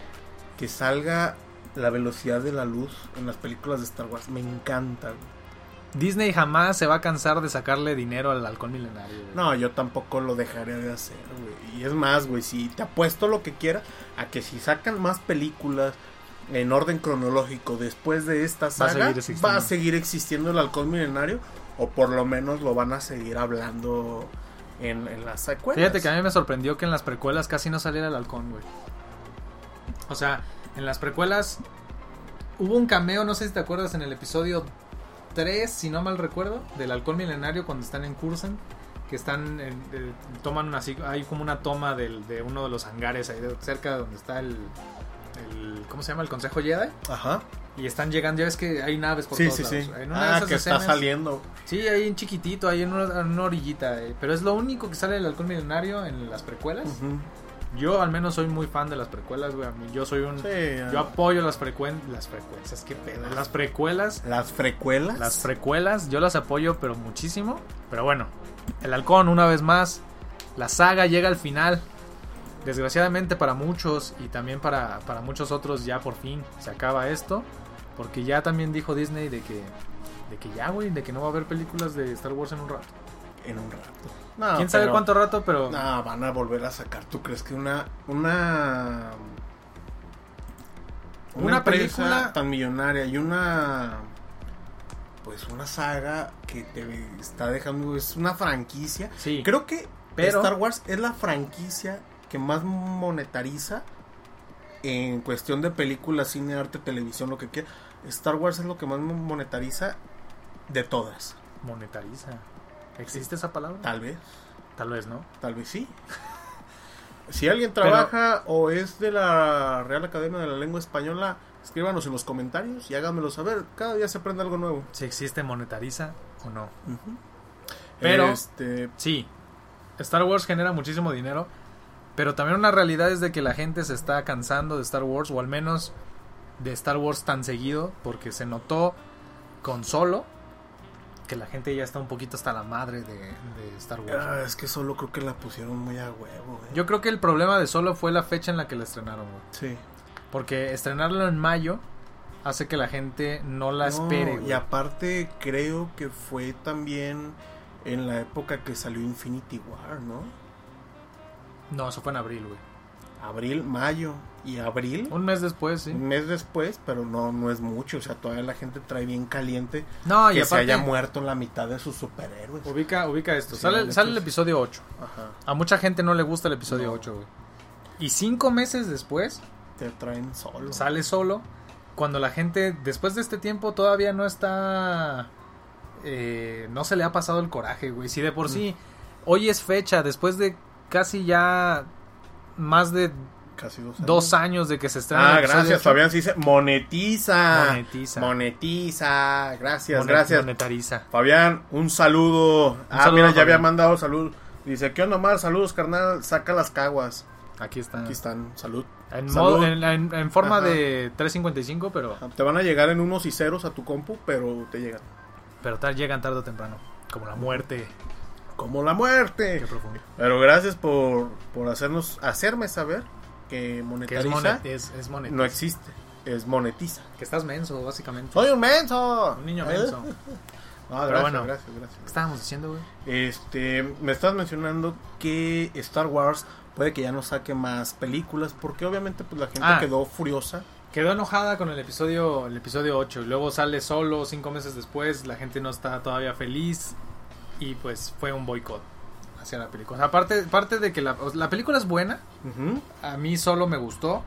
S3: que salga la velocidad de la luz en las películas de Star Wars. Me encanta. güey.
S2: Disney jamás se va a cansar de sacarle dinero al halcón milenario. güey.
S3: No, yo tampoco lo dejaré de hacer, güey. Y es más, güey, si te apuesto lo que quiera a que si sacan más películas en orden cronológico después de esta
S2: a seguir
S3: saga, va a seguir,
S2: existiendo.
S3: existiendo el halcón milenario o por lo menos lo van a seguir hablando en, en las secuelas.
S2: Fíjate que a mí me sorprendió que en las precuelas casi no saliera el halcón, güey. O sea, en las precuelas hubo un cameo, no sé si te acuerdas, en el episodio 3, si no mal recuerdo, del halcón milenario cuando están en Cursan. Que están, en- eh, toman una, así- hay como una toma del- de uno de los hangares ahí de- cerca donde está el, el- ¿cómo se llama? El Consejo Jedi.
S3: Ajá.
S2: Y están llegando, ya ves que hay naves por
S3: Sí,
S2: todos
S3: sí, sí.
S2: lados. En una de
S3: Ah,
S2: esas
S3: que está
S2: escenas-
S3: saliendo.
S2: Sí, ahí en chiquitito, ahí en una, en una orillita. eh. Pero es lo único que sale del halcón milenario en las precuelas.
S3: Ujú.
S2: Yo al menos soy muy fan de las precuelas, güey. A mí- Yo soy un...
S3: Sí,
S2: pues, Yo
S3: ah,
S2: apoyo las, frecuen- las frecuencias, qué pedo. Las precuelas,
S3: las frecuelas.
S2: las precuelas, yo las apoyo, pero muchísimo. Pero bueno, el halcón, una vez más, la saga llega al final. Desgraciadamente para muchos y también para, para muchos otros ya por fin se acaba esto. Porque ya también dijo Disney de que, de que ya, güey, de que no va a haber películas de Star Wars en un rato.
S3: en un rato. No,
S2: Quién sabe
S3: pero-
S2: cuánto rato, pero
S3: No, van a volver a sacar. ¿Tú crees que una. Una.
S2: Una
S3: empresa
S2: película-
S3: tan millonaria y una. Pues una saga que te está dejando. Es una franquicia.
S2: sí.
S3: Creo que
S2: Pero-
S3: Star Wars es la franquicia que más monetariza en cuestión de películas, cine, arte, televisión, lo que quiera. Star Wars es lo que más monetariza de todas.
S2: monetariza. ¿Existe esa palabra?
S3: Tal vez.
S2: Tal vez, ¿no?
S3: Tal vez sí. Si alguien
S2: Pero-
S3: trabaja o es de la Real Academia de la Lengua Española, escríbanos en los comentarios y háganmelo saber. Cada día se aprende algo nuevo.
S2: Si existe monetariza o no. Pero-
S3: Este,
S2: Sí, Star Wars genera muchísimo dinero, pero también una realidad es de que la gente se está cansando de Star Wars, o al menos de Star Wars tan seguido, porque se notó con solo que la gente ya está un poquito hasta la madre de, de Star Wars.
S3: ah, es que solo creo que la pusieron muy a huevo. eh.
S2: Yo creo que el problema de solo fue la fecha en la que la estrenaron, güey.
S3: Sí.
S2: Porque estrenarlo en mayo hace que la gente no la
S3: No,
S2: espere, güey.
S3: Y aparte, creo que fue también en la época que salió Infinity War, ¿no?
S2: No, eso fue en abril, güey.
S3: abril, mayo y abril.
S2: Un mes después, Oh, sí.
S3: Un mes después, pero no, no es mucho. O sea, todavía la gente trae bien caliente
S2: No, y
S3: que se
S2: aparte,
S3: haya muerto la mitad de sus superhéroes.
S2: ubica, ubica esto.
S3: Sí,
S2: sale,
S3: la
S2: sale el
S3: neta sí.
S2: episodio 8.
S3: Ajá.
S2: A mucha gente no le gusta el episodio
S3: No.
S2: 8, güey. Y cinco meses después,
S3: Te traen solo.
S2: sale solo. Cuando la gente, después de este tiempo, todavía no está. eh, no se le ha pasado el coraje, güey. Si de por
S3: Mm.
S2: sí, hoy es fecha, después de casi ya más de
S3: Casi dos años.
S2: dos años de que se estrena.
S3: Ah,
S2: el episodio
S3: gracias,
S2: ocho,
S3: Fabián. Sí, dice monetiza.
S2: Monetiza.
S3: Monetiza. Gracias,
S2: monet-
S3: gracias.
S2: Monetariza.
S3: Fabián, un saludo. ah,
S2: saludo,
S3: mira, ya había
S2: Fabián.
S3: mandado salud. Dice, ¿qué onda, Omar? Saludos, carnal. Saca las caguas.
S2: Aquí está.
S3: Aquí están. Salud.
S2: En,
S3: Salud.
S2: modo- en- en- en forma
S3: Ajá.
S2: de 3.55, pero,
S3: Te van a llegar en unos y ceros a tu compu, pero te llegan.
S2: pero tal, llegan tarde o temprano. Como la muerte.
S3: Como la muerte.
S2: Qué profundo.
S3: Pero gracias por, por hacernos, hacerme saber que
S2: Que es,
S3: monetariza
S2: monet, es, es monet.
S3: no existe, es monetiza.
S2: Que estás menso, básicamente.
S3: ¡Soy un menso!
S2: Un niño
S3: ¿Eh?
S2: menso. Pero
S3: Ah, gracias,
S2: bueno.
S3: gracias,
S2: ¿Qué
S3: gracias.
S2: estábamos diciendo, güey?
S3: Este, me estás mencionando que Star Wars puede que ya no saque más películas, porque obviamente pues la gente
S2: Ah.
S3: quedó furiosa.
S2: Quedó enojada con el episodio, el episodio 8 y luego sale solo cinco meses después, la gente no está todavía feliz y pues fue un boicot hacia la película. O sea, aparte, aparte de que la, o sea, la película es buena,
S3: Ujú.
S2: a mí solo me gustó.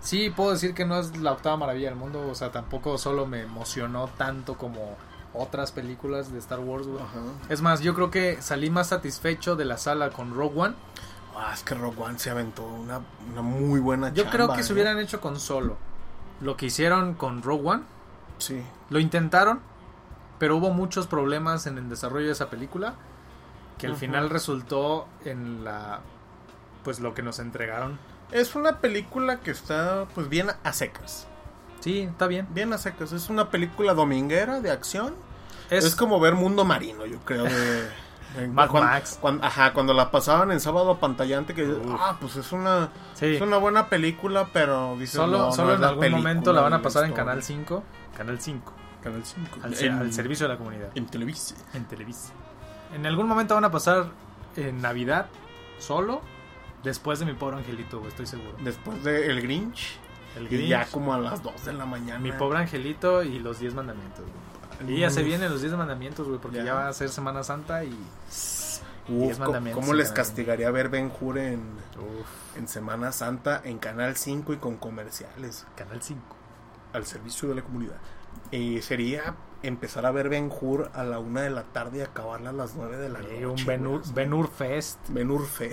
S2: Sí, puedo decir que no es la octava maravilla del mundo, o sea, tampoco solo me emocionó tanto como otras películas de Star Wars. güey.
S3: Ajá.
S2: Es más, yo creo que salí más satisfecho de la sala con Rogue One.
S3: Ah, es que Rogue One se aventó una, una muy buena
S2: Yo creo
S3: chamba,
S2: que si
S3: ¿eh?
S2: hubieran hecho con solo lo que hicieron con Rogue One,
S3: Sí.
S2: Lo intentaron, pero hubo muchos problemas en el desarrollo de esa película que al
S3: Ujú.
S2: final resultó en la pues lo que nos entregaron.
S3: Es una película que está pues bien a secas.
S2: Sí, está bien.
S3: Bien a secas. Es una película dominguera de acción.
S2: Es,
S3: Es, como ver Mundo Marino, yo creo. De, de-
S2: Mad
S3: cuan-
S2: Max.
S3: cuan- ajá, cuando la pasaban en sábado pantallante, que dices,
S2: Uf.
S3: ah, pues es una,
S2: sí.
S3: es una buena película, pero dices,
S2: solo
S3: no,
S2: solo
S3: no es
S2: en
S3: la
S2: algún
S3: película
S2: momento la van a
S3: de
S2: pasar en
S3: historia.
S2: Canal 5, Canal 5,
S3: Canal 5.
S2: al, se- al servicio de la comunidad,
S3: En Televisa.
S2: en Televisa. En algún momento van a pasar en Navidad solo después de mi pobre angelito, güey, estoy seguro.
S3: Después de El Grinch.
S2: El
S3: Y ya
S2: Grinch,
S3: como a las 2 de la mañana.
S2: mi pobre angelito y los 10 mandamientos. güey. Y ya se vienen los 10 mandamientos, güey, porque
S3: Ya.
S2: ya va a ser Semana Santa y.
S3: Uf,
S2: Diez
S3: co-
S2: mandamientos
S3: ¿Cómo
S2: en
S3: les
S2: Canal
S3: castigaría ver Ben Hur en,
S2: Uf,
S3: en Semana Santa en Canal 5 y con comerciales?
S2: Canal 5.
S3: al servicio de la comunidad. Eh, sería empezar a ver Ben Hur a la una de la tarde y acabarla a las nueve de la noche.
S2: Eh, un
S3: güey.
S2: Ben Hur- Ben Hur Fest.
S3: Ben Hur Fe.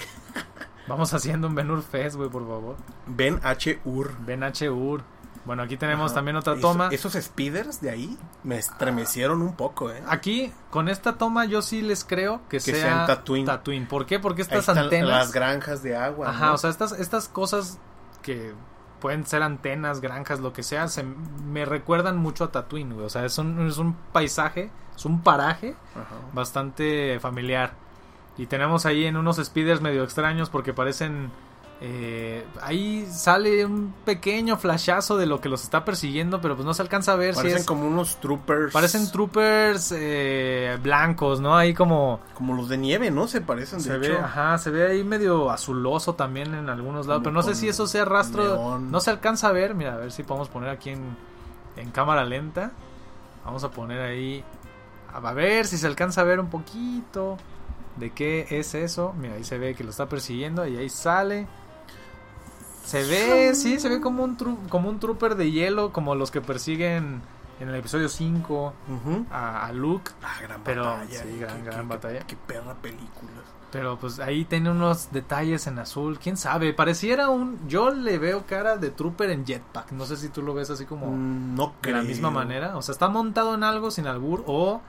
S2: Vamos haciendo un Ben Hur Fest, güey, por favor.
S3: Ben H. Hur.
S2: Ben H. Ur. Bueno, aquí tenemos
S3: Ajá.
S2: también otra
S3: Eso-
S2: toma.
S3: esos speeders de ahí me estremecieron un poco, ¿eh?
S2: Aquí, con esta toma, yo sí les creo que, sea
S3: sean Tatooine.
S2: ¿Por qué? Porque
S3: Ahí
S2: estas
S3: están
S2: antenas.
S3: Las granjas de agua.
S2: Ajá,
S3: ¿no?
S2: o sea, estas, estas cosas que pueden ser antenas, granjas, lo que sea, se, me recuerdan mucho a Tatooine, güey. O sea, es un, es un paisaje, es un paraje
S3: Ajá.
S2: bastante familiar. Y tenemos ahí en unos speeders medio extraños porque parecen... eh, ahí sale un pequeño flashazo de lo que los está persiguiendo, pero pues no se alcanza a ver
S3: Parecen
S2: si es...
S3: como unos troopers.
S2: Parecen troopers eh, blancos, ¿no? Ahí como...
S3: Como los de nieve, ¿no? Se parecen, de
S2: Se ve,
S3: hecho.
S2: ajá, se ve ahí medio azuloso también en algunos lados, pero
S3: Como
S2: no sé
S3: con
S2: si eso sea rastro,
S3: neón.
S2: no se alcanza a ver, mira, a ver si podemos poner aquí en, en cámara lenta, vamos a poner ahí, a a ver si se alcanza a ver un poquito de qué es eso, mira, ahí se ve que lo está persiguiendo y ahí sale, se ve, sí, se ve como un, tru- como un trooper de hielo, como los que persiguen en el episodio 5
S3: Ujú.
S2: a- a Luke,
S3: Ah, gran
S2: Pero,
S3: batalla.
S2: sí,
S3: eh.
S2: gran-
S3: Qué-
S2: gran
S3: qué-
S2: batalla.
S3: Qué, qué perra película.
S2: Pero pues ahí tiene unos detalles en azul, quién sabe, pareciera un... Yo le veo cara de trooper en jetpack, no sé si tú lo ves así como
S3: Mm, No
S2: de
S3: creo.
S2: la misma manera, o sea, está montado en algo sin albur o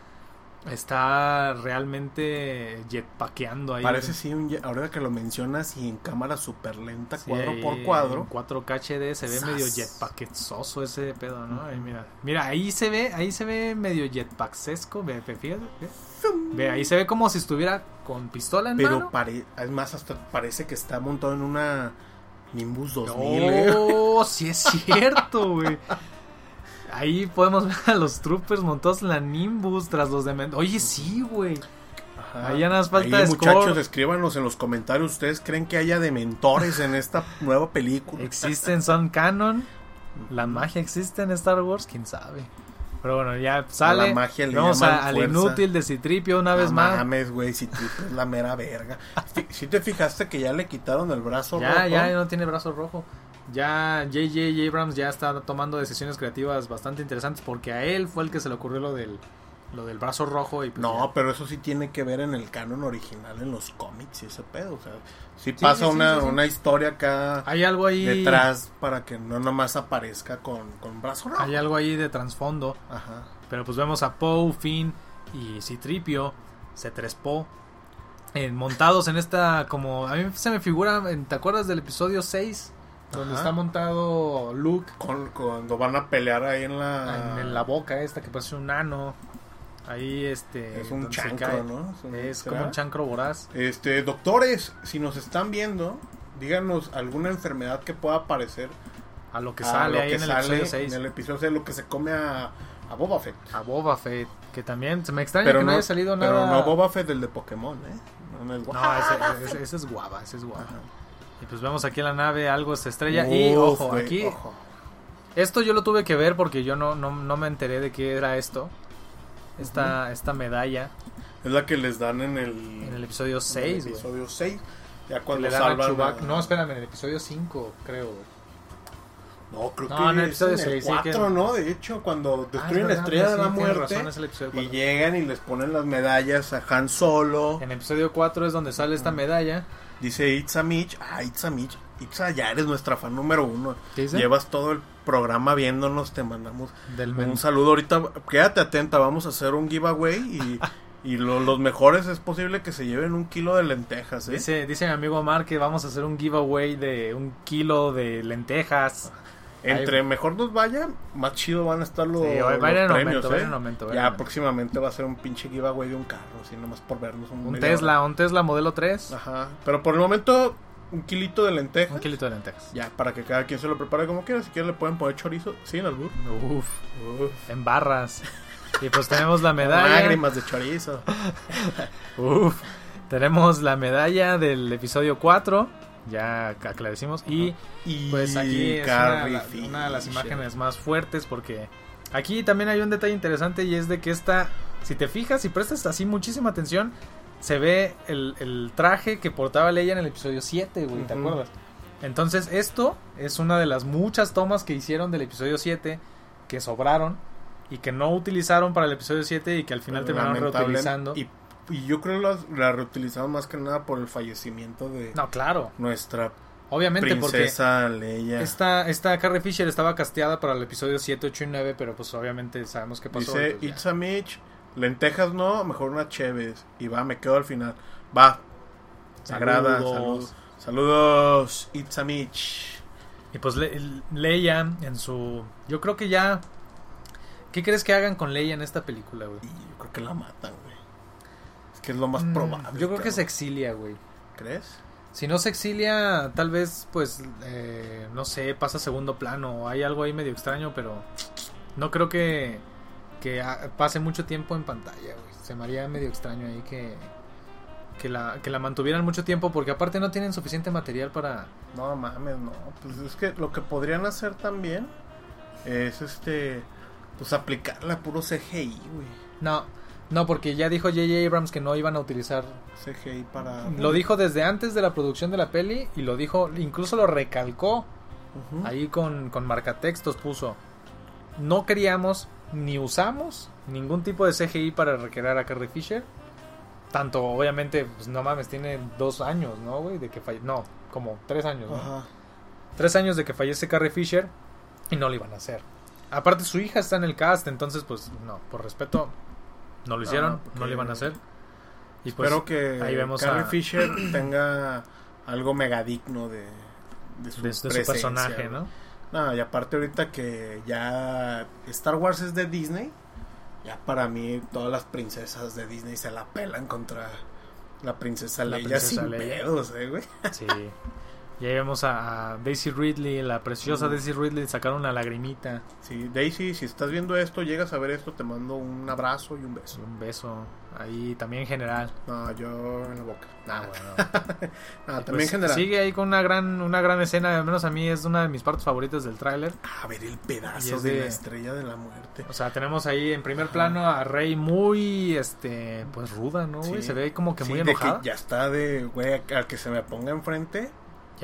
S2: está realmente jetpackeando ahí.
S3: Parece sí, un ye- ahora que lo mencionas y en cámara súper lenta,
S2: Sí,
S3: cuadro
S2: ahí
S3: por
S2: en
S3: cuadro.
S2: 4K HD se ve
S3: Sas.
S2: medio jetpackezoso ese pedo, ¿no? Ahí, mira, mira, ahí se ve, ahí se ve medio jetpacksesco, ve, ve, fíjate, ve. Ve, ahí se ve como si estuviera con pistola en mano.
S3: Pero pare- además hasta parece que está montado en una Nimbus 2000. ¿eh?
S2: Oh, sí es cierto, güey. Ahí podemos ver a los troopers montados en la Nimbus tras los dementes. Oye, sí, güey.
S3: Ajá.
S2: Ahí ya nada más falta
S3: Ahí,
S2: score.
S3: muchachos, escríbanos en los comentarios. ¿Ustedes creen que haya dementores en esta nueva película?
S2: ¿Existen Son Canon? ¿La magia existe en Star Wars? ¿Quién sabe? Pero bueno, ya sale.
S3: la magia le
S2: Vamos
S3: llaman
S2: a- al
S3: fuerza.
S2: inútil de Citripio una vez
S3: No
S2: más.
S3: mames, güey, si es la mera verga. Si, te fijaste que ya le quitaron el brazo
S2: Ya,
S3: rojo?
S2: ya no tiene brazo rojo. Ya JJ Abrams ya está tomando decisiones creativas bastante interesantes porque a él fue el que se le ocurrió lo del lo del brazo rojo y pues
S3: No,
S2: ya.
S3: pero eso sí tiene que ver en el canon original, en los cómics y ese pedo. O sea, sí
S2: sí,
S3: pasa
S2: sí,
S3: una,
S2: sí, sí.
S3: una historia acá
S2: hay algo ahí
S3: detrás para que no nomás aparezca con, con brazo rojo.
S2: hay algo ahí de trasfondo,
S3: Ajá.
S2: pero pues vemos a Poe, Finn y Citripio se trespó eh, montados en esta como a mí se me figura, en- ¿te acuerdas del episodio 6 donde
S3: Ajá.
S2: está montado Luke
S3: Con- cuando van a pelear ahí en la...
S2: Ah, en, en la boca esta que parece un nano? Ahí este
S3: Es un
S2: donde se
S3: chancro,
S2: cae.
S3: ¿no? Es un-
S2: Es
S3: ¿será?
S2: como un chancro voraz.
S3: Este, doctores, si nos están viendo, díganos alguna enfermedad que pueda aparecer
S2: A lo que
S3: a
S2: sale
S3: Ah, lo
S2: ahí
S3: que
S2: en el
S3: sale
S2: episodio Ah, 6.
S3: en el episodio seis, lo que se come a, a Boba Fett.
S2: A Boba Fett. Que también se me extraña que no, haya salido
S3: pero
S2: nada.
S3: no Boba Fett, el de Pokémon, ¿eh? No, no es Boba-
S2: No, ese, ese- ese es guava, ese es guava.
S3: Ajá.
S2: Y pues vemos aquí en la nave, algo se estrella. y
S3: Uf,
S2: ojo,
S3: güey,
S2: aquí.
S3: ojo.
S2: Esto yo lo tuve que ver porque yo no, no, no me enteré de qué era esto. Esta, esta medalla
S3: Es la que les dan en el,
S2: en el episodio 6, güey.
S3: episodio 6. Ya
S2: Que
S3: cuando
S2: Le dan a
S3: salvan
S2: Chewbacca.
S3: a-
S2: No, espérame, en el episodio 5, creo. Ah,
S3: No, creo
S2: No,
S3: que
S2: en el
S3: es
S2: episodio
S3: en el
S2: seis, sí, que-
S3: 4, ¿no? De hecho, cuando destruyen
S2: Ah,
S3: la
S2: es verdad,
S3: estrella de
S2: sí,
S3: la
S2: tienes
S3: muerte
S2: razón, es el episodio
S3: y
S2: cuatro.
S3: llegan y les ponen las medallas a Han Solo.
S2: En el episodio 4 es donde sale esta medalla.
S3: Dice Itza Mitch. Ah, Itza Mitch. Itza, ya eres nuestra fan número uno.
S2: ¿Qué dice?
S3: Llevas todo el programa viéndonos, te mandamos
S2: Del men-
S3: un saludo. Ahorita, quédate atenta, vamos a hacer un giveaway y, y lo- los mejores es posible que se lleven un kilo de lentejas, ¿eh?
S2: Dice, dice mi amigo Omar que vamos a hacer un giveaway de un kilo de lentejas.
S3: Entre
S2: Ay.
S3: mejor nos vaya, más chido van a estar Oh, los,
S2: Sí, oye,
S3: los
S2: vayan en aumento,
S3: premios,
S2: vayan
S3: ¿eh?
S2: en aumento, vayan
S3: ya
S2: en aumento.
S3: próximamente va a ser un pinche giveaway de un carro, así nomás por vernos.
S2: Un
S3: media
S2: Tesla, un Tesla modelo 3.
S3: hora. Ajá. Pero por el momento, un kilito de lentejas.
S2: Un kilito de lentejas.
S3: Ya, para que cada quien se lo prepare como quiera. Si quieren le pueden poner chorizo. Sí, en albur.
S2: Uf, en barras. Y pues tenemos la medalla.
S3: Lágrimas de chorizo.
S2: Uf, tenemos la medalla del episodio 4. Ya aclarecimos. Y
S3: Y
S2: pues aquí es una, de
S3: Carrie
S2: la-
S3: Fisher.
S2: una de las imágenes más fuertes porque aquí también hay un detalle interesante y es de que esta, si te fijas y prestas así muchísima atención, se ve el, el traje que portaba Leia en el episodio 7, güey, ¿te
S3: Ujú.
S2: acuerdas? Entonces esto es una de las muchas tomas que hicieron del episodio 7 que sobraron y que no utilizaron para el episodio 7 y que al final terminaron
S3: Lamentable.
S2: reutilizando.
S3: Y, y yo creo las- la, reutilizaron más que nada por el fallecimiento de
S2: No, claro,
S3: nuestra
S2: obviamente porque...
S3: princesa Leia.
S2: Esta, esta Carrie Fisher estaba casteada para el episodio 7, 8 y 9, pero pues obviamente sabemos qué pasó.
S3: Dice,
S2: y pues,
S3: It's a Mitch. Lentejas no, mejor unas cheves. Y va, me quedo al final. Va. Sagrada.
S2: Saludos.
S3: Saludos. Saludos. It's a Mitch.
S2: ya. Y pues Le- Leia en su... Yo creo que ya... ¿Qué crees que hagan con Leia en esta película, güey?
S3: Y yo creo que la matan, güey. Es que es lo más
S2: Mm,
S3: probable.
S2: Yo creo que
S3: pero-
S2: se exilia, güey.
S3: ¿Crees?
S2: Si no se exilia, tal vez, pues, eh, no sé, pasa a segundo plano. o Hay algo ahí medio extraño, pero no creo que, que ah, pase mucho tiempo en pantalla, güey. Se me haría medio extraño ahí que, que, la, que la mantuvieran mucho tiempo, porque aparte no tienen suficiente material para...
S3: No mames, no. Pues es que lo que podrían hacer también es este. Pues aplicarla a puro CGI, güey.
S2: No, no, porque ya dijo J.J. Abrams que no iban a utilizar...
S3: CGI para.
S2: Lo dijo desde antes de la producción de la peli y lo dijo, incluso lo recalcó
S3: Ujú.
S2: Ahí con, con marcatextos puso. No queríamos ni usamos ningún tipo de CGI para recrear a Carrie Fisher. Tanto, obviamente, pues no mames, tiene dos años, ¿no, güey? De que falle- No, como tres años, ¿no?
S3: Ajá.
S2: Tres años de que fallece Carrie Fisher y no lo iban a hacer. Aparte, su hija está en el cast, entonces, pues, no, por respeto, no lo hicieron,
S3: porque-
S2: no lo iban a hacer. Y pues,
S3: Ah, Espero que
S2: ahí vemos
S3: Carrie
S2: a-
S3: Fisher tenga algo megadigno de, de su,
S2: de, de su
S3: presencia,
S2: personaje,
S3: güey.
S2: ¿no?
S3: No, y aparte ahorita que ya Star Wars es de Disney, ya para mí todas las princesas de Disney se la pelan contra la princesa
S2: La
S3: Leia
S2: princesa
S3: sin
S2: Leia.
S3: pedos, eh, güey.
S2: Sí. Y ahí vemos a, a Daisy Ridley, la
S3: Mm.
S2: preciosa Daisy Ridley, sacar una lagrimita.
S3: Sí, Daisy, si estás viendo esto, llegas a ver esto, te mando un abrazo y un beso.
S2: pues, Un beso. Ahí también general.
S3: No, yo en la boca.
S2: Ah,
S3: Nada,
S2: bueno.
S3: nada,
S2: Y
S3: también
S2: pues
S3: general.
S2: Sigue ahí con una gran, una gran escena, al menos a mí es una de mis partes favoritas del tráiler.
S3: A ver el
S2: Y
S3: pedazo
S2: es
S3: de,
S2: de-
S3: la estrella de la muerte.
S2: O sea, tenemos ahí en primer plano a Rey muy, este, pues ruda, ¿no, güey?
S3: Sí.
S2: Se ve como que
S3: Sí,
S2: muy
S3: de que
S2: enojada. ya...
S3: ya está de, güey, al que se me ponga enfrente,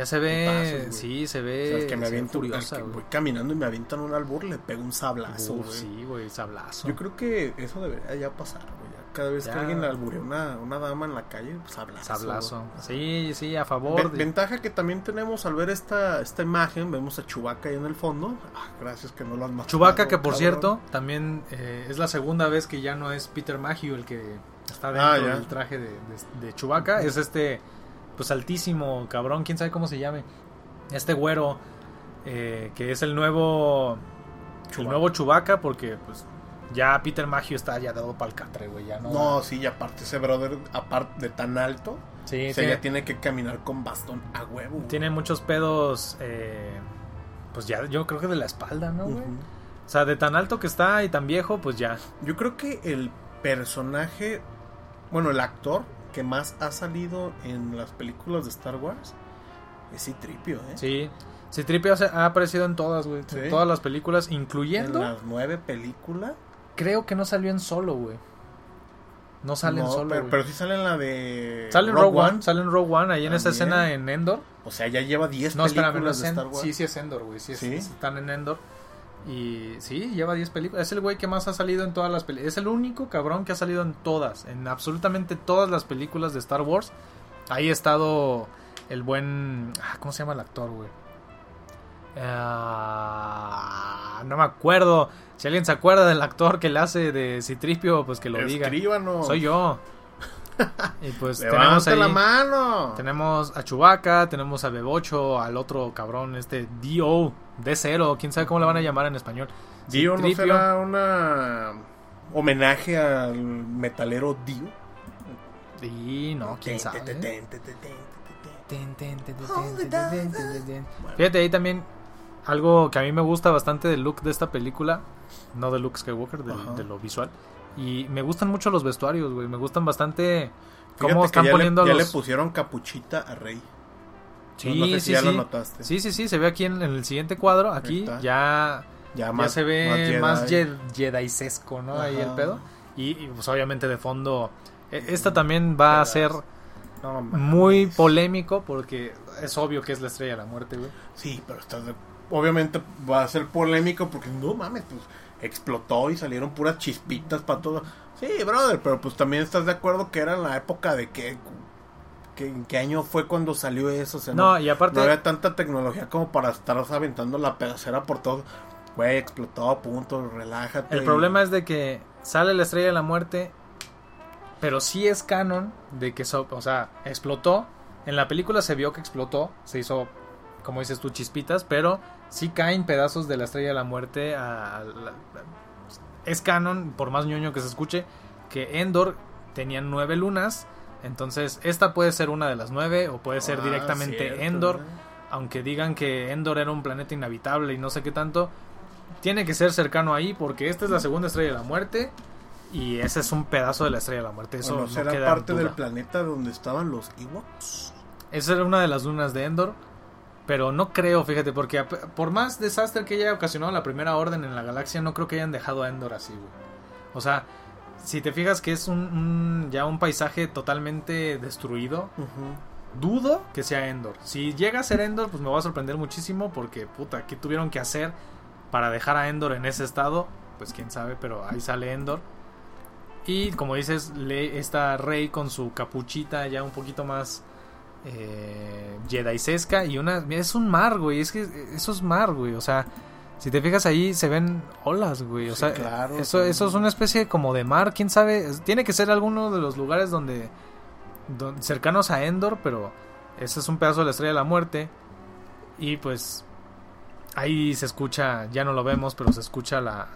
S2: se ve,
S3: Putazos, güey.
S2: Eh, sí, se
S3: o
S2: ve,
S3: sea, al que me
S2: se ve
S3: avientan, al
S2: furiosa,
S3: que
S2: güey.
S3: voy caminando y me avientan un albur, le pego un sablazo,
S2: Uf,
S3: güey.
S2: sí, güey, sablazo.
S3: Yo creo que eso debería ya pasar, güey. ya Cada vez que
S2: Ya.
S3: alguien alburea una, una dama en la calle, pues sablazo.
S2: Sablazo.
S3: güey.
S2: Sí, sí, a
S3: Ve-
S2: favor. de-
S3: Ventaja que también tenemos al ver esta, esta imagen, vemos a Chubaca ahí en el fondo. Ah, gracias que no lo han matado.
S2: Chewbacca, que por
S3: cabrón.
S2: cierto, también eh, es la segunda vez que ya no es Peter Magio el que está
S3: Ah,
S2: dentro
S3: ya.
S2: del traje de, de, de Chewbacca. Es este, pues altísimo, cabrón, quién sabe cómo se llame. Este güero, eh, que es el nuevo el
S3: Chewbacca.
S2: nuevo Chewbacca, porque pues ya Peter Magio está ya dado para el catre, güey. Ya no.
S3: No, sí, y aparte ese brother, aparte de tan alto,
S2: sí,
S3: o sea,
S2: tiene,
S3: ya tiene que caminar con bastón a huevo. güey.
S2: tiene muchos pedos, eh, pues ya yo creo que de la espalda, ¿no, güey?
S3: Ujú.
S2: O sea, de tan alto que está y tan viejo, pues ya.
S3: Yo creo que el personaje, bueno, el actor que más ha salido en las películas de Star Wars es Citripio, ¿eh?
S2: Sí. Citripio se- ha aparecido en todas, güey.
S3: Sí.
S2: En todas las películas,
S3: En
S2: incluyendo.
S3: las nueve películas.
S2: Creo que no salió en solo, güey. No sale en
S3: No,
S2: solo.
S3: pero,
S2: güey.
S3: pero sí sale en la de.
S2: sale en Rogue One, sale en Rogue One, ahí en esa
S3: También.
S2: escena en Endor.
S3: O sea, ya lleva 10
S2: No, espérame, no
S3: películas
S2: es
S3: de
S2: en-
S3: Star Wars.
S2: Sí, sí es Endor, güey. Sí, es-
S3: ¿Sí?
S2: están en Endor. Y sí, lleva 10 películas. Es el güey que más ha salido en todas las películas. Es el único cabrón que ha salido en todas, en absolutamente todas las películas de Star Wars. Ahí ha estado el buen... ah, ¿Cómo se llama el actor, güey? Ah, no me acuerdo. Si alguien se acuerda del actor que le hace de Citripio, pues que lo diga.
S3: Escríbanos.
S2: Soy yo. y pues tenemos
S3: Levante
S2: ahí...
S3: la mano.
S2: Tenemos a Chubaca, tenemos a Bebocho, al otro cabrón, este D.O., D0, quién sabe cómo le van a llamar en español.
S3: Dio no
S2: Citripio.
S3: será una homenaje al metalero Dio.
S2: Y no, quién
S3: Ten,
S2: sabe.
S3: ten, ten, ten, ten, ten, ten,
S2: Ten, ten, ten, ten, ten, ten, ten, ten, ten, ten. Fíjate, ahí también algo que a mí me gusta bastante del look de esta película, no del look Skywalker, del-
S3: Ajá.
S2: de lo visual. Y me gustan mucho los vestuarios, güey, me gustan bastante
S3: Fíjate
S2: cómo
S3: que
S2: están
S3: ya le-
S2: poniendo
S3: ya
S2: los...
S3: le pusieron capuchita a Rey.
S2: Sí,
S3: no sé si
S2: sí,
S3: ya lo
S2: sí.
S3: notaste.
S2: Sí, sí, sí, se ve aquí en, en el siguiente cuadro, aquí
S3: está.
S2: ya...
S3: Ya,
S2: Ya
S3: más,
S2: se ve más,
S3: Jedi.
S2: Jedi- Jedi-sesco, ¿no? Ahí el
S3: Ajá.
S2: pedo. Y, y, pues obviamente de fondo. e- Esta también va a
S3: Jedi.
S2: ser
S3: No, mames.
S2: muy polémico porque es obvio que es la estrella de la muerte, güey.
S3: Sí, pero estás de- obviamente va a ser polémico porque no mames, pues explotó y salieron puras chispitas para todo. Sí, brother, pero pues también estás de acuerdo que era la época de que, que en qué año fue cuando salió eso, o sea,
S2: No,
S3: no,
S2: y aparte.
S3: no había tanta tecnología como para estar aventando la pedacera por todo. Güey, explotó, punto, relájate.
S2: El problema es de que sale la estrella de la muerte, pero sí es canon de que, so- o sea, explotó. En la película se vio que explotó, se hizo, como dices tú, chispitas, pero sí caen pedazos de la estrella de la muerte. a- a la- es canon, por más ñoño que se escuche, que Endor tenía nueve lunas. Entonces, esta puede ser una de las nueve o puede
S3: Ah,
S2: ser directamente Endor aunque digan que Endor era un planeta inhabitable y no sé qué tanto, tiene que ser cercano ahí porque esta es la segunda estrella de la muerte y ese es un pedazo de la estrella de la muerte. Eso
S3: Eso
S2: no
S3: será
S2: queda
S3: parte
S2: duda.
S3: del planeta donde estaban los Ewoks.
S2: Esa era una de las lunas de Endor, pero no creo, fíjate, porque a- por más desastre que haya ocasionado la primera orden en la galaxia, no creo que hayan dejado a Endor así, güey. O sea, si te fijas que es un, un- ya un paisaje totalmente destruido,
S3: Ujú.
S2: Dudo que sea Endor. Si llega a ser Endor, pues me va a sorprender muchísimo porque, puta, ¿qué tuvieron que hacer para dejar a Endor en ese estado? Pues quién sabe, pero ahí sale Endor. Y como dices, le, esta Rey con su capuchita ya un poquito más eh, Jedi-sesca y una... mira, Es un mar, güey. Es que eso es mar, güey. O sea, si te fijas ahí se ven olas, güey. O
S3: Sí,
S2: sea,
S3: claro,
S2: eso,
S3: sí.
S2: eso es una especie como de mar. ¿Quién sabe? Es- Tiene que ser alguno de los lugares donde don- cercanos a Endor, pero ese es un pedazo de la estrella de la muerte. Y pues ahí se escucha, ya no lo vemos, pero se escucha la,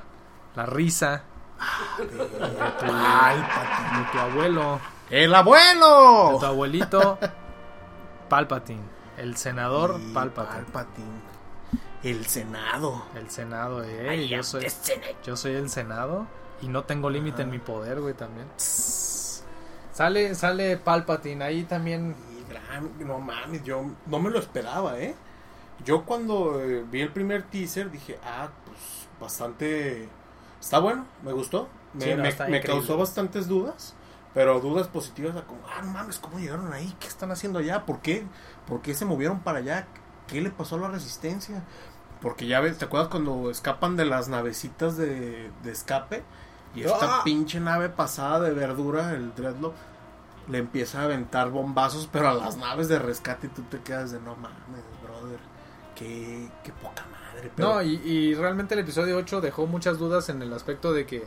S2: la risa
S3: Palpatine.
S2: de tu abuelo,
S3: ¡El abuelo!
S2: de tu abuelito Palpatine. El senador
S3: Y
S2: Palpatine.
S3: Palpatine. El Senado.
S2: El Senado, eh. yo, soy, yo soy el Senado y no tengo límite en mi poder, güey, también. Sale, sale Palpatine, ahí también.
S3: Y gran- no mames, yo no me lo esperaba, ¿eh? Yo cuando eh, vi el primer teaser dije, ah, pues bastante... Está bueno, me gustó. Me,
S2: Sí, no,
S3: me-
S2: está
S3: me
S2: increíble.
S3: causó bastantes dudas, pero dudas positivas, a como, ah, no mames, ¿cómo llegaron ahí? ¿Qué están haciendo allá? ¿Por qué? ¿Por qué se movieron para allá? ¿Qué le pasó a la resistencia? Porque ya ves, ¿te acuerdas cuando escapan de las navecitas de, de escape? Y esta
S2: ¡Ah!
S3: pinche nave pasada de verdura, el Dreadlock, le empieza a aventar bombazos, pero a las naves de rescate y tú te quedas de no mames, brother. Qué, qué poca madre. Pero,
S2: No, y, y realmente el episodio 8 dejó muchas dudas en el aspecto de que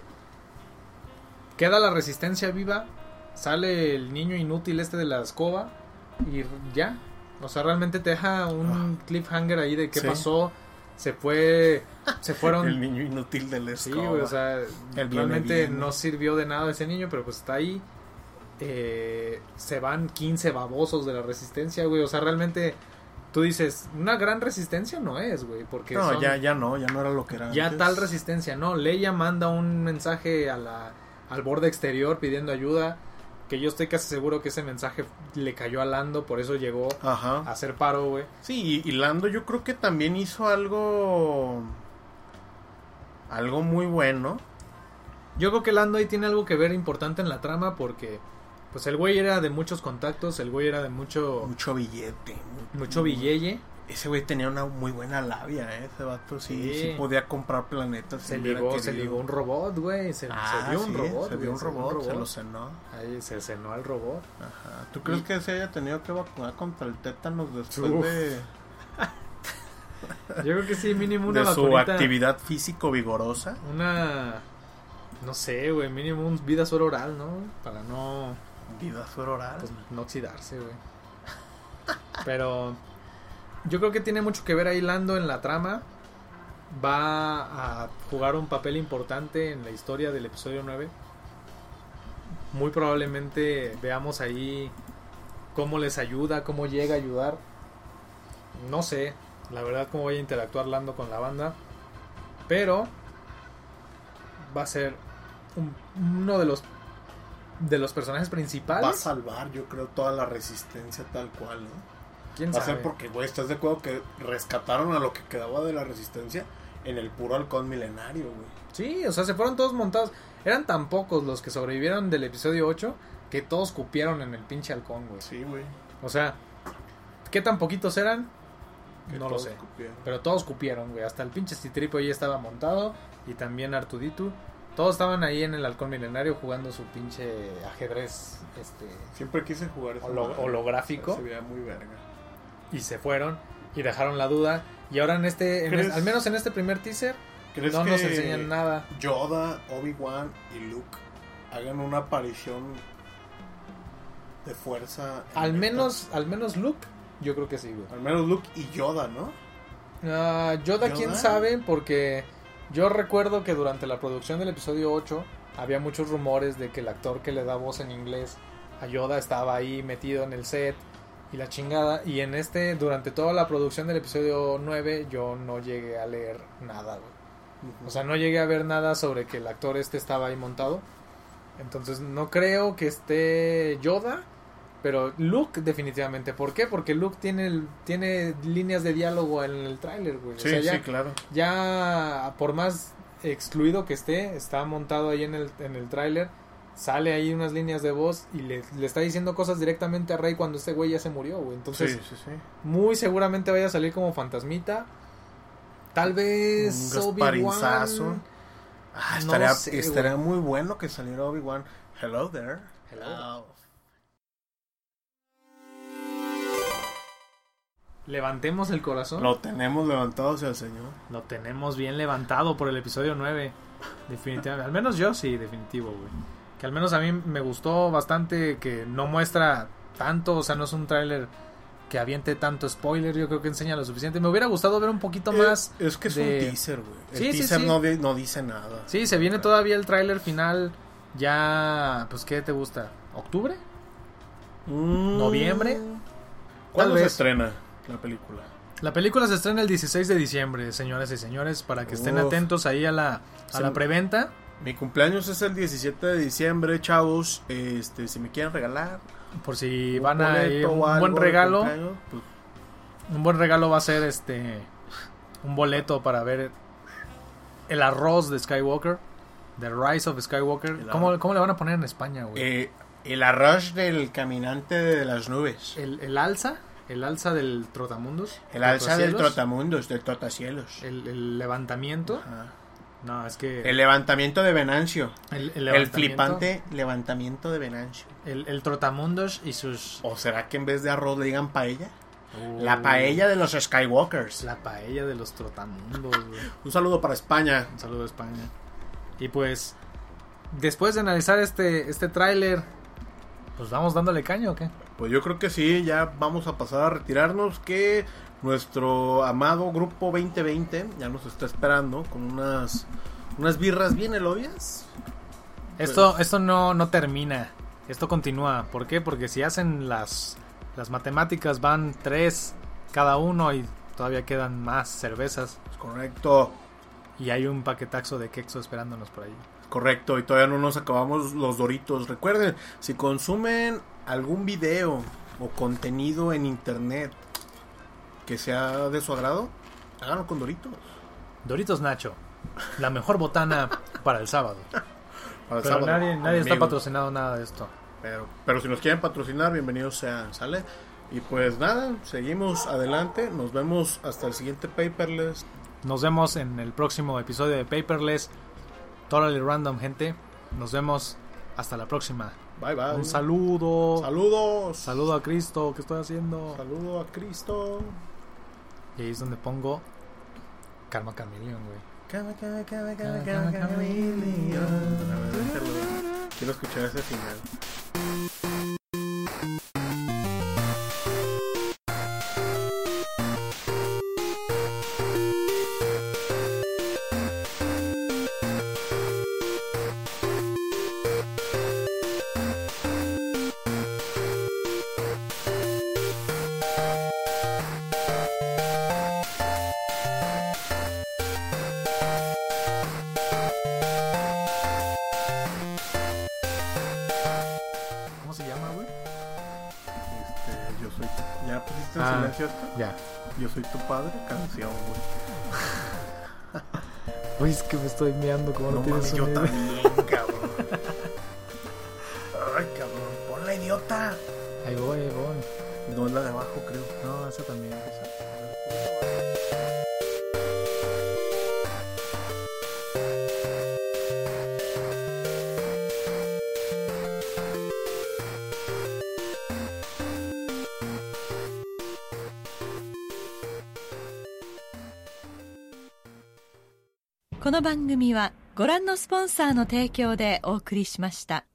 S2: queda la resistencia viva, sale el niño inútil este de la escoba y ya. O sea, realmente te deja un cliffhanger ahí de qué
S3: Ah. Sí.
S2: pasó, se fue, se fueron
S3: el niño inútil del
S2: Sí,
S3: escoba.
S2: güey, o sea,
S3: viene,
S2: realmente
S3: viene.
S2: no sirvió de nada ese niño, pero pues está ahí. Eh, se van 15 babosos de la resistencia, güey. O sea, realmente tú dices, una gran resistencia no es, güey, porque
S3: no,
S2: son-
S3: ya, ya no, ya no era lo que era.
S2: ya
S3: antes.
S2: tal resistencia, no. Leia manda un mensaje a la, al borde exterior pidiendo ayuda, que yo estoy casi seguro que ese mensaje le cayó a Lando, por eso llegó
S3: Ajá.
S2: a hacer paro, güey.
S3: Sí, y, y Lando yo creo que también hizo algo. Algo muy bueno.
S2: Yo creo que Lando ahí tiene algo que ver importante en la trama porque pues el güey era de muchos contactos, el güey era de mucho
S3: Mucho billete. mu-
S2: mucho billete,
S3: Ese güey tenía una muy buena labia, ¿eh? ese vato. Sí,
S2: Sí.
S3: sí podía comprar planetas. si
S2: se
S3: hubiera
S2: ligó, se
S3: querido.
S2: ligó un robot, güey, se,
S3: Ah,
S2: se dio
S3: sí,
S2: un robot,
S3: Se
S2: güey,
S3: dio un
S2: se dio
S3: robot, se lo cenó.
S2: Ahí se cenó al robot.
S3: Ajá. ¿Tú crees que se haya tenido que vacunar contra el tétanos después
S2: Uf,
S3: de,
S2: Yo creo que sí, mínimo una
S3: de su
S2: vacunita,
S3: actividad físico vigorosa?
S2: una no sé, güey, mínimo un vida suero oral, ¿no? Para no
S3: Vida suroral.
S2: pues, no oxidarse, güey. Pero yo creo que tiene mucho que ver ahí Lando en la trama. Va a jugar un papel importante en la historia del episodio 9. Muy probablemente veamos ahí cómo les ayuda, cómo llega a ayudar. No sé, la verdad, cómo vaya a interactuar Lando con la banda. Pero va a ser un- uno de los de los personajes principales.
S3: Va a salvar, yo creo, toda la resistencia tal cual, ¿no?
S2: ¿Quién
S3: Va a
S2: sabe?
S3: ser porque, güey, ¿estás de acuerdo que rescataron a lo que quedaba de la resistencia en el puro halcón milenario, güey?
S2: Sí, o sea, se fueron todos montados. Eran tan pocos los que sobrevivieron del episodio 8 que todos cupieron en el pinche halcón, güey.
S3: Sí, güey.
S2: O sea, ¿qué tan poquitos eran?
S3: Que
S2: No lo
S3: todos
S2: sé.
S3: escupieron.
S2: Pero todos cupieron, güey. Hasta el pinche Citripo ya estaba montado y también Artuditu. Todos estaban ahí en el halcón milenario jugando su pinche ajedrez este,
S3: Siempre quise jugar esa
S2: holo-
S3: madre.
S2: holográfico
S3: Se veía muy verga.
S2: y se fueron y dejaron la duda. Y ahora en este, en
S3: ¿Crees-
S2: es- al menos en este primer teaser,
S3: ¿Crees
S2: no
S3: que
S2: nos enseñan nada.
S3: Yoda, Obi-Wan y Luke hagan una aparición de fuerza. en
S2: Al
S3: el-
S2: menos, al menos Luke, yo creo que sí, güey.
S3: Al menos Luke y Yoda, ¿no?
S2: Ah, Yoda, quién
S3: Yoda.
S2: sabe, porque yo recuerdo que durante la producción del episodio 8 había muchos rumores de que el actor que le da voz en inglés a Yoda estaba ahí metido en el set y la chingada. Y en este, durante toda la producción del episodio 9, yo no llegué a leer nada, güey. O sea, no llegué a ver nada sobre que el actor este estaba ahí montado. Entonces, no creo que esté Yoda, pero Luke definitivamente. ¿Por qué? Porque Luke tiene, el- tiene líneas de diálogo en el tráiler, güey. O sea, ya,
S3: claro.
S2: ya por más excluido que esté, está montado ahí en el, en el tráiler. Sale ahí unas líneas de voz y le, le está diciendo cosas directamente a Rey cuando este güey ya se murió, güey. Entonces,
S3: sí, sí, sí.
S2: muy seguramente vaya a salir como fantasmita. Tal vez
S3: Un
S2: Obi-Wan.
S3: gasparinzazo. Ah,
S2: No
S3: estaría
S2: sé, güey.
S3: estaría muy bueno que saliera Obi-Wan. Hello there.
S2: Hello.
S3: Oh.
S2: Levantemos el corazón.
S3: Lo tenemos levantado hacia el Señor.
S2: Lo tenemos bien levantado por el episodio 9. Definitivamente. al menos yo sí, definitivo, güey. Que al menos a mí me gustó bastante que no muestra tanto, o sea, no es un tráiler que aviente tanto spoiler, yo creo que enseña lo suficiente. Me hubiera gustado ver un poquito
S3: Eh.
S2: más.
S3: es, es que es
S2: de-
S3: un teaser, güey. El
S2: Sí, sí,
S3: teaser
S2: sí.
S3: No, di- no dice nada.
S2: Sí, se viene todavía el tráiler final ya, pues, ¿qué te gusta? ¿Octubre?
S3: Mm.
S2: ¿Noviembre?
S3: ¿Cuándo
S2: Tal
S3: se
S2: vez.
S3: estrena? la película?
S2: La película se estrena el 16 de diciembre, señoras y señores, para que estén
S3: Uf.
S2: atentos ahí a la, a
S3: Se
S2: la
S3: me-
S2: preventa.
S3: Mi cumpleaños es el 17 de diciembre, chavos. Este, si me quieren regalar.
S2: Por si
S3: un
S2: van a ir
S3: boleto o
S2: un
S3: algo
S2: buen
S3: de
S2: regalo.
S3: cumpleaños, pues,
S2: Un buen regalo va a ser este un boleto para ver el arroz de Skywalker, The Rise of Skywalker.
S3: El
S2: ¿Cómo,
S3: arroz.
S2: cómo le van a poner en España, güey?
S3: eh, el arroz del caminante de las nubes.
S2: el, el alza, el alza del trotamundos.
S3: El alza del
S2: Trotacielos, Eh,
S3: trotamundos, del trotacielos.
S2: El, el levantamiento.
S3: Ajá.
S2: No, es que
S3: El levantamiento de Venancio.
S2: el, el
S3: El
S2: eh. levantamiento,
S3: flipante levantamiento de Venancio.
S2: El, el trotamundos y sus...
S3: ¿O será que en vez de arroz le digan paella? La
S2: Uh,
S3: paella de los Skywalkers.
S2: La paella de los trotamundos, güey.
S3: Un saludo para España.
S2: Un saludo a España. Y pues, después de analizar este, este tráiler, pues vamos dándole caña o qué?
S3: Pues yo creo que sí, ya vamos a pasar a retirarnos. Que nuestro amado grupo 2020 ya nos está esperando con unas, unas birras bien elobias.
S2: Esto, esto no, no termina, esto continúa. ¿Por qué? Porque si hacen las, las matemáticas, van tres cada uno y todavía quedan más cervezas.
S3: Es correcto,
S2: Y hay un paquetaxo de quexo esperándonos por ahí.
S3: es correcto. Y todavía no nos acabamos los doritos. Recuerden, si consumen algún video o contenido en internet que sea de su agrado, háganlo con doritos.
S2: Doritos Nacho, la mejor botana para el sábado.
S3: Para el
S2: Pero
S3: sábado,
S2: nadie, nadie está
S3: conmigo.
S2: patrocinado nada de esto.
S3: Pero, pero si nos quieren patrocinar, bienvenidos sean, ¿sale? Y pues nada, seguimos adelante, nos vemos hasta el siguiente paperless.
S2: Nos vemos en el próximo episodio de Paperless. Totally random, gente. Nos vemos hasta la próxima.
S3: Bye bye.
S2: Un saludo.
S3: Saludos.
S2: Saludo a Cristo. ¿Qué estoy haciendo?
S3: Saludo a Cristo.
S2: Y ahí es donde pongo Karma Chameleon, güey.
S3: Cama, cama, cama, cama, cama, camaleón. A ver, déjalo. Quiero escuchar ese final.
S2: ¿Cómo se llama, güey?
S3: Este, yo soy tu- ¿Ya pusiste en
S2: Ah.
S3: silencio esto?
S2: Ya.
S3: Yo soy tu padre, canción, güey.
S2: Uy, es que me estoy meando como no,
S3: No
S2: tienes
S3: mames, yo
S2: sonido.
S3: también, cabrón. Ay, cabrón, ponla idiota.
S2: Ahí voy, ahí voy.
S3: No es la de abajo, creo.
S2: No, esa también. esa.
S4: この番組はご覧のスポンサーの提供でお送りしました。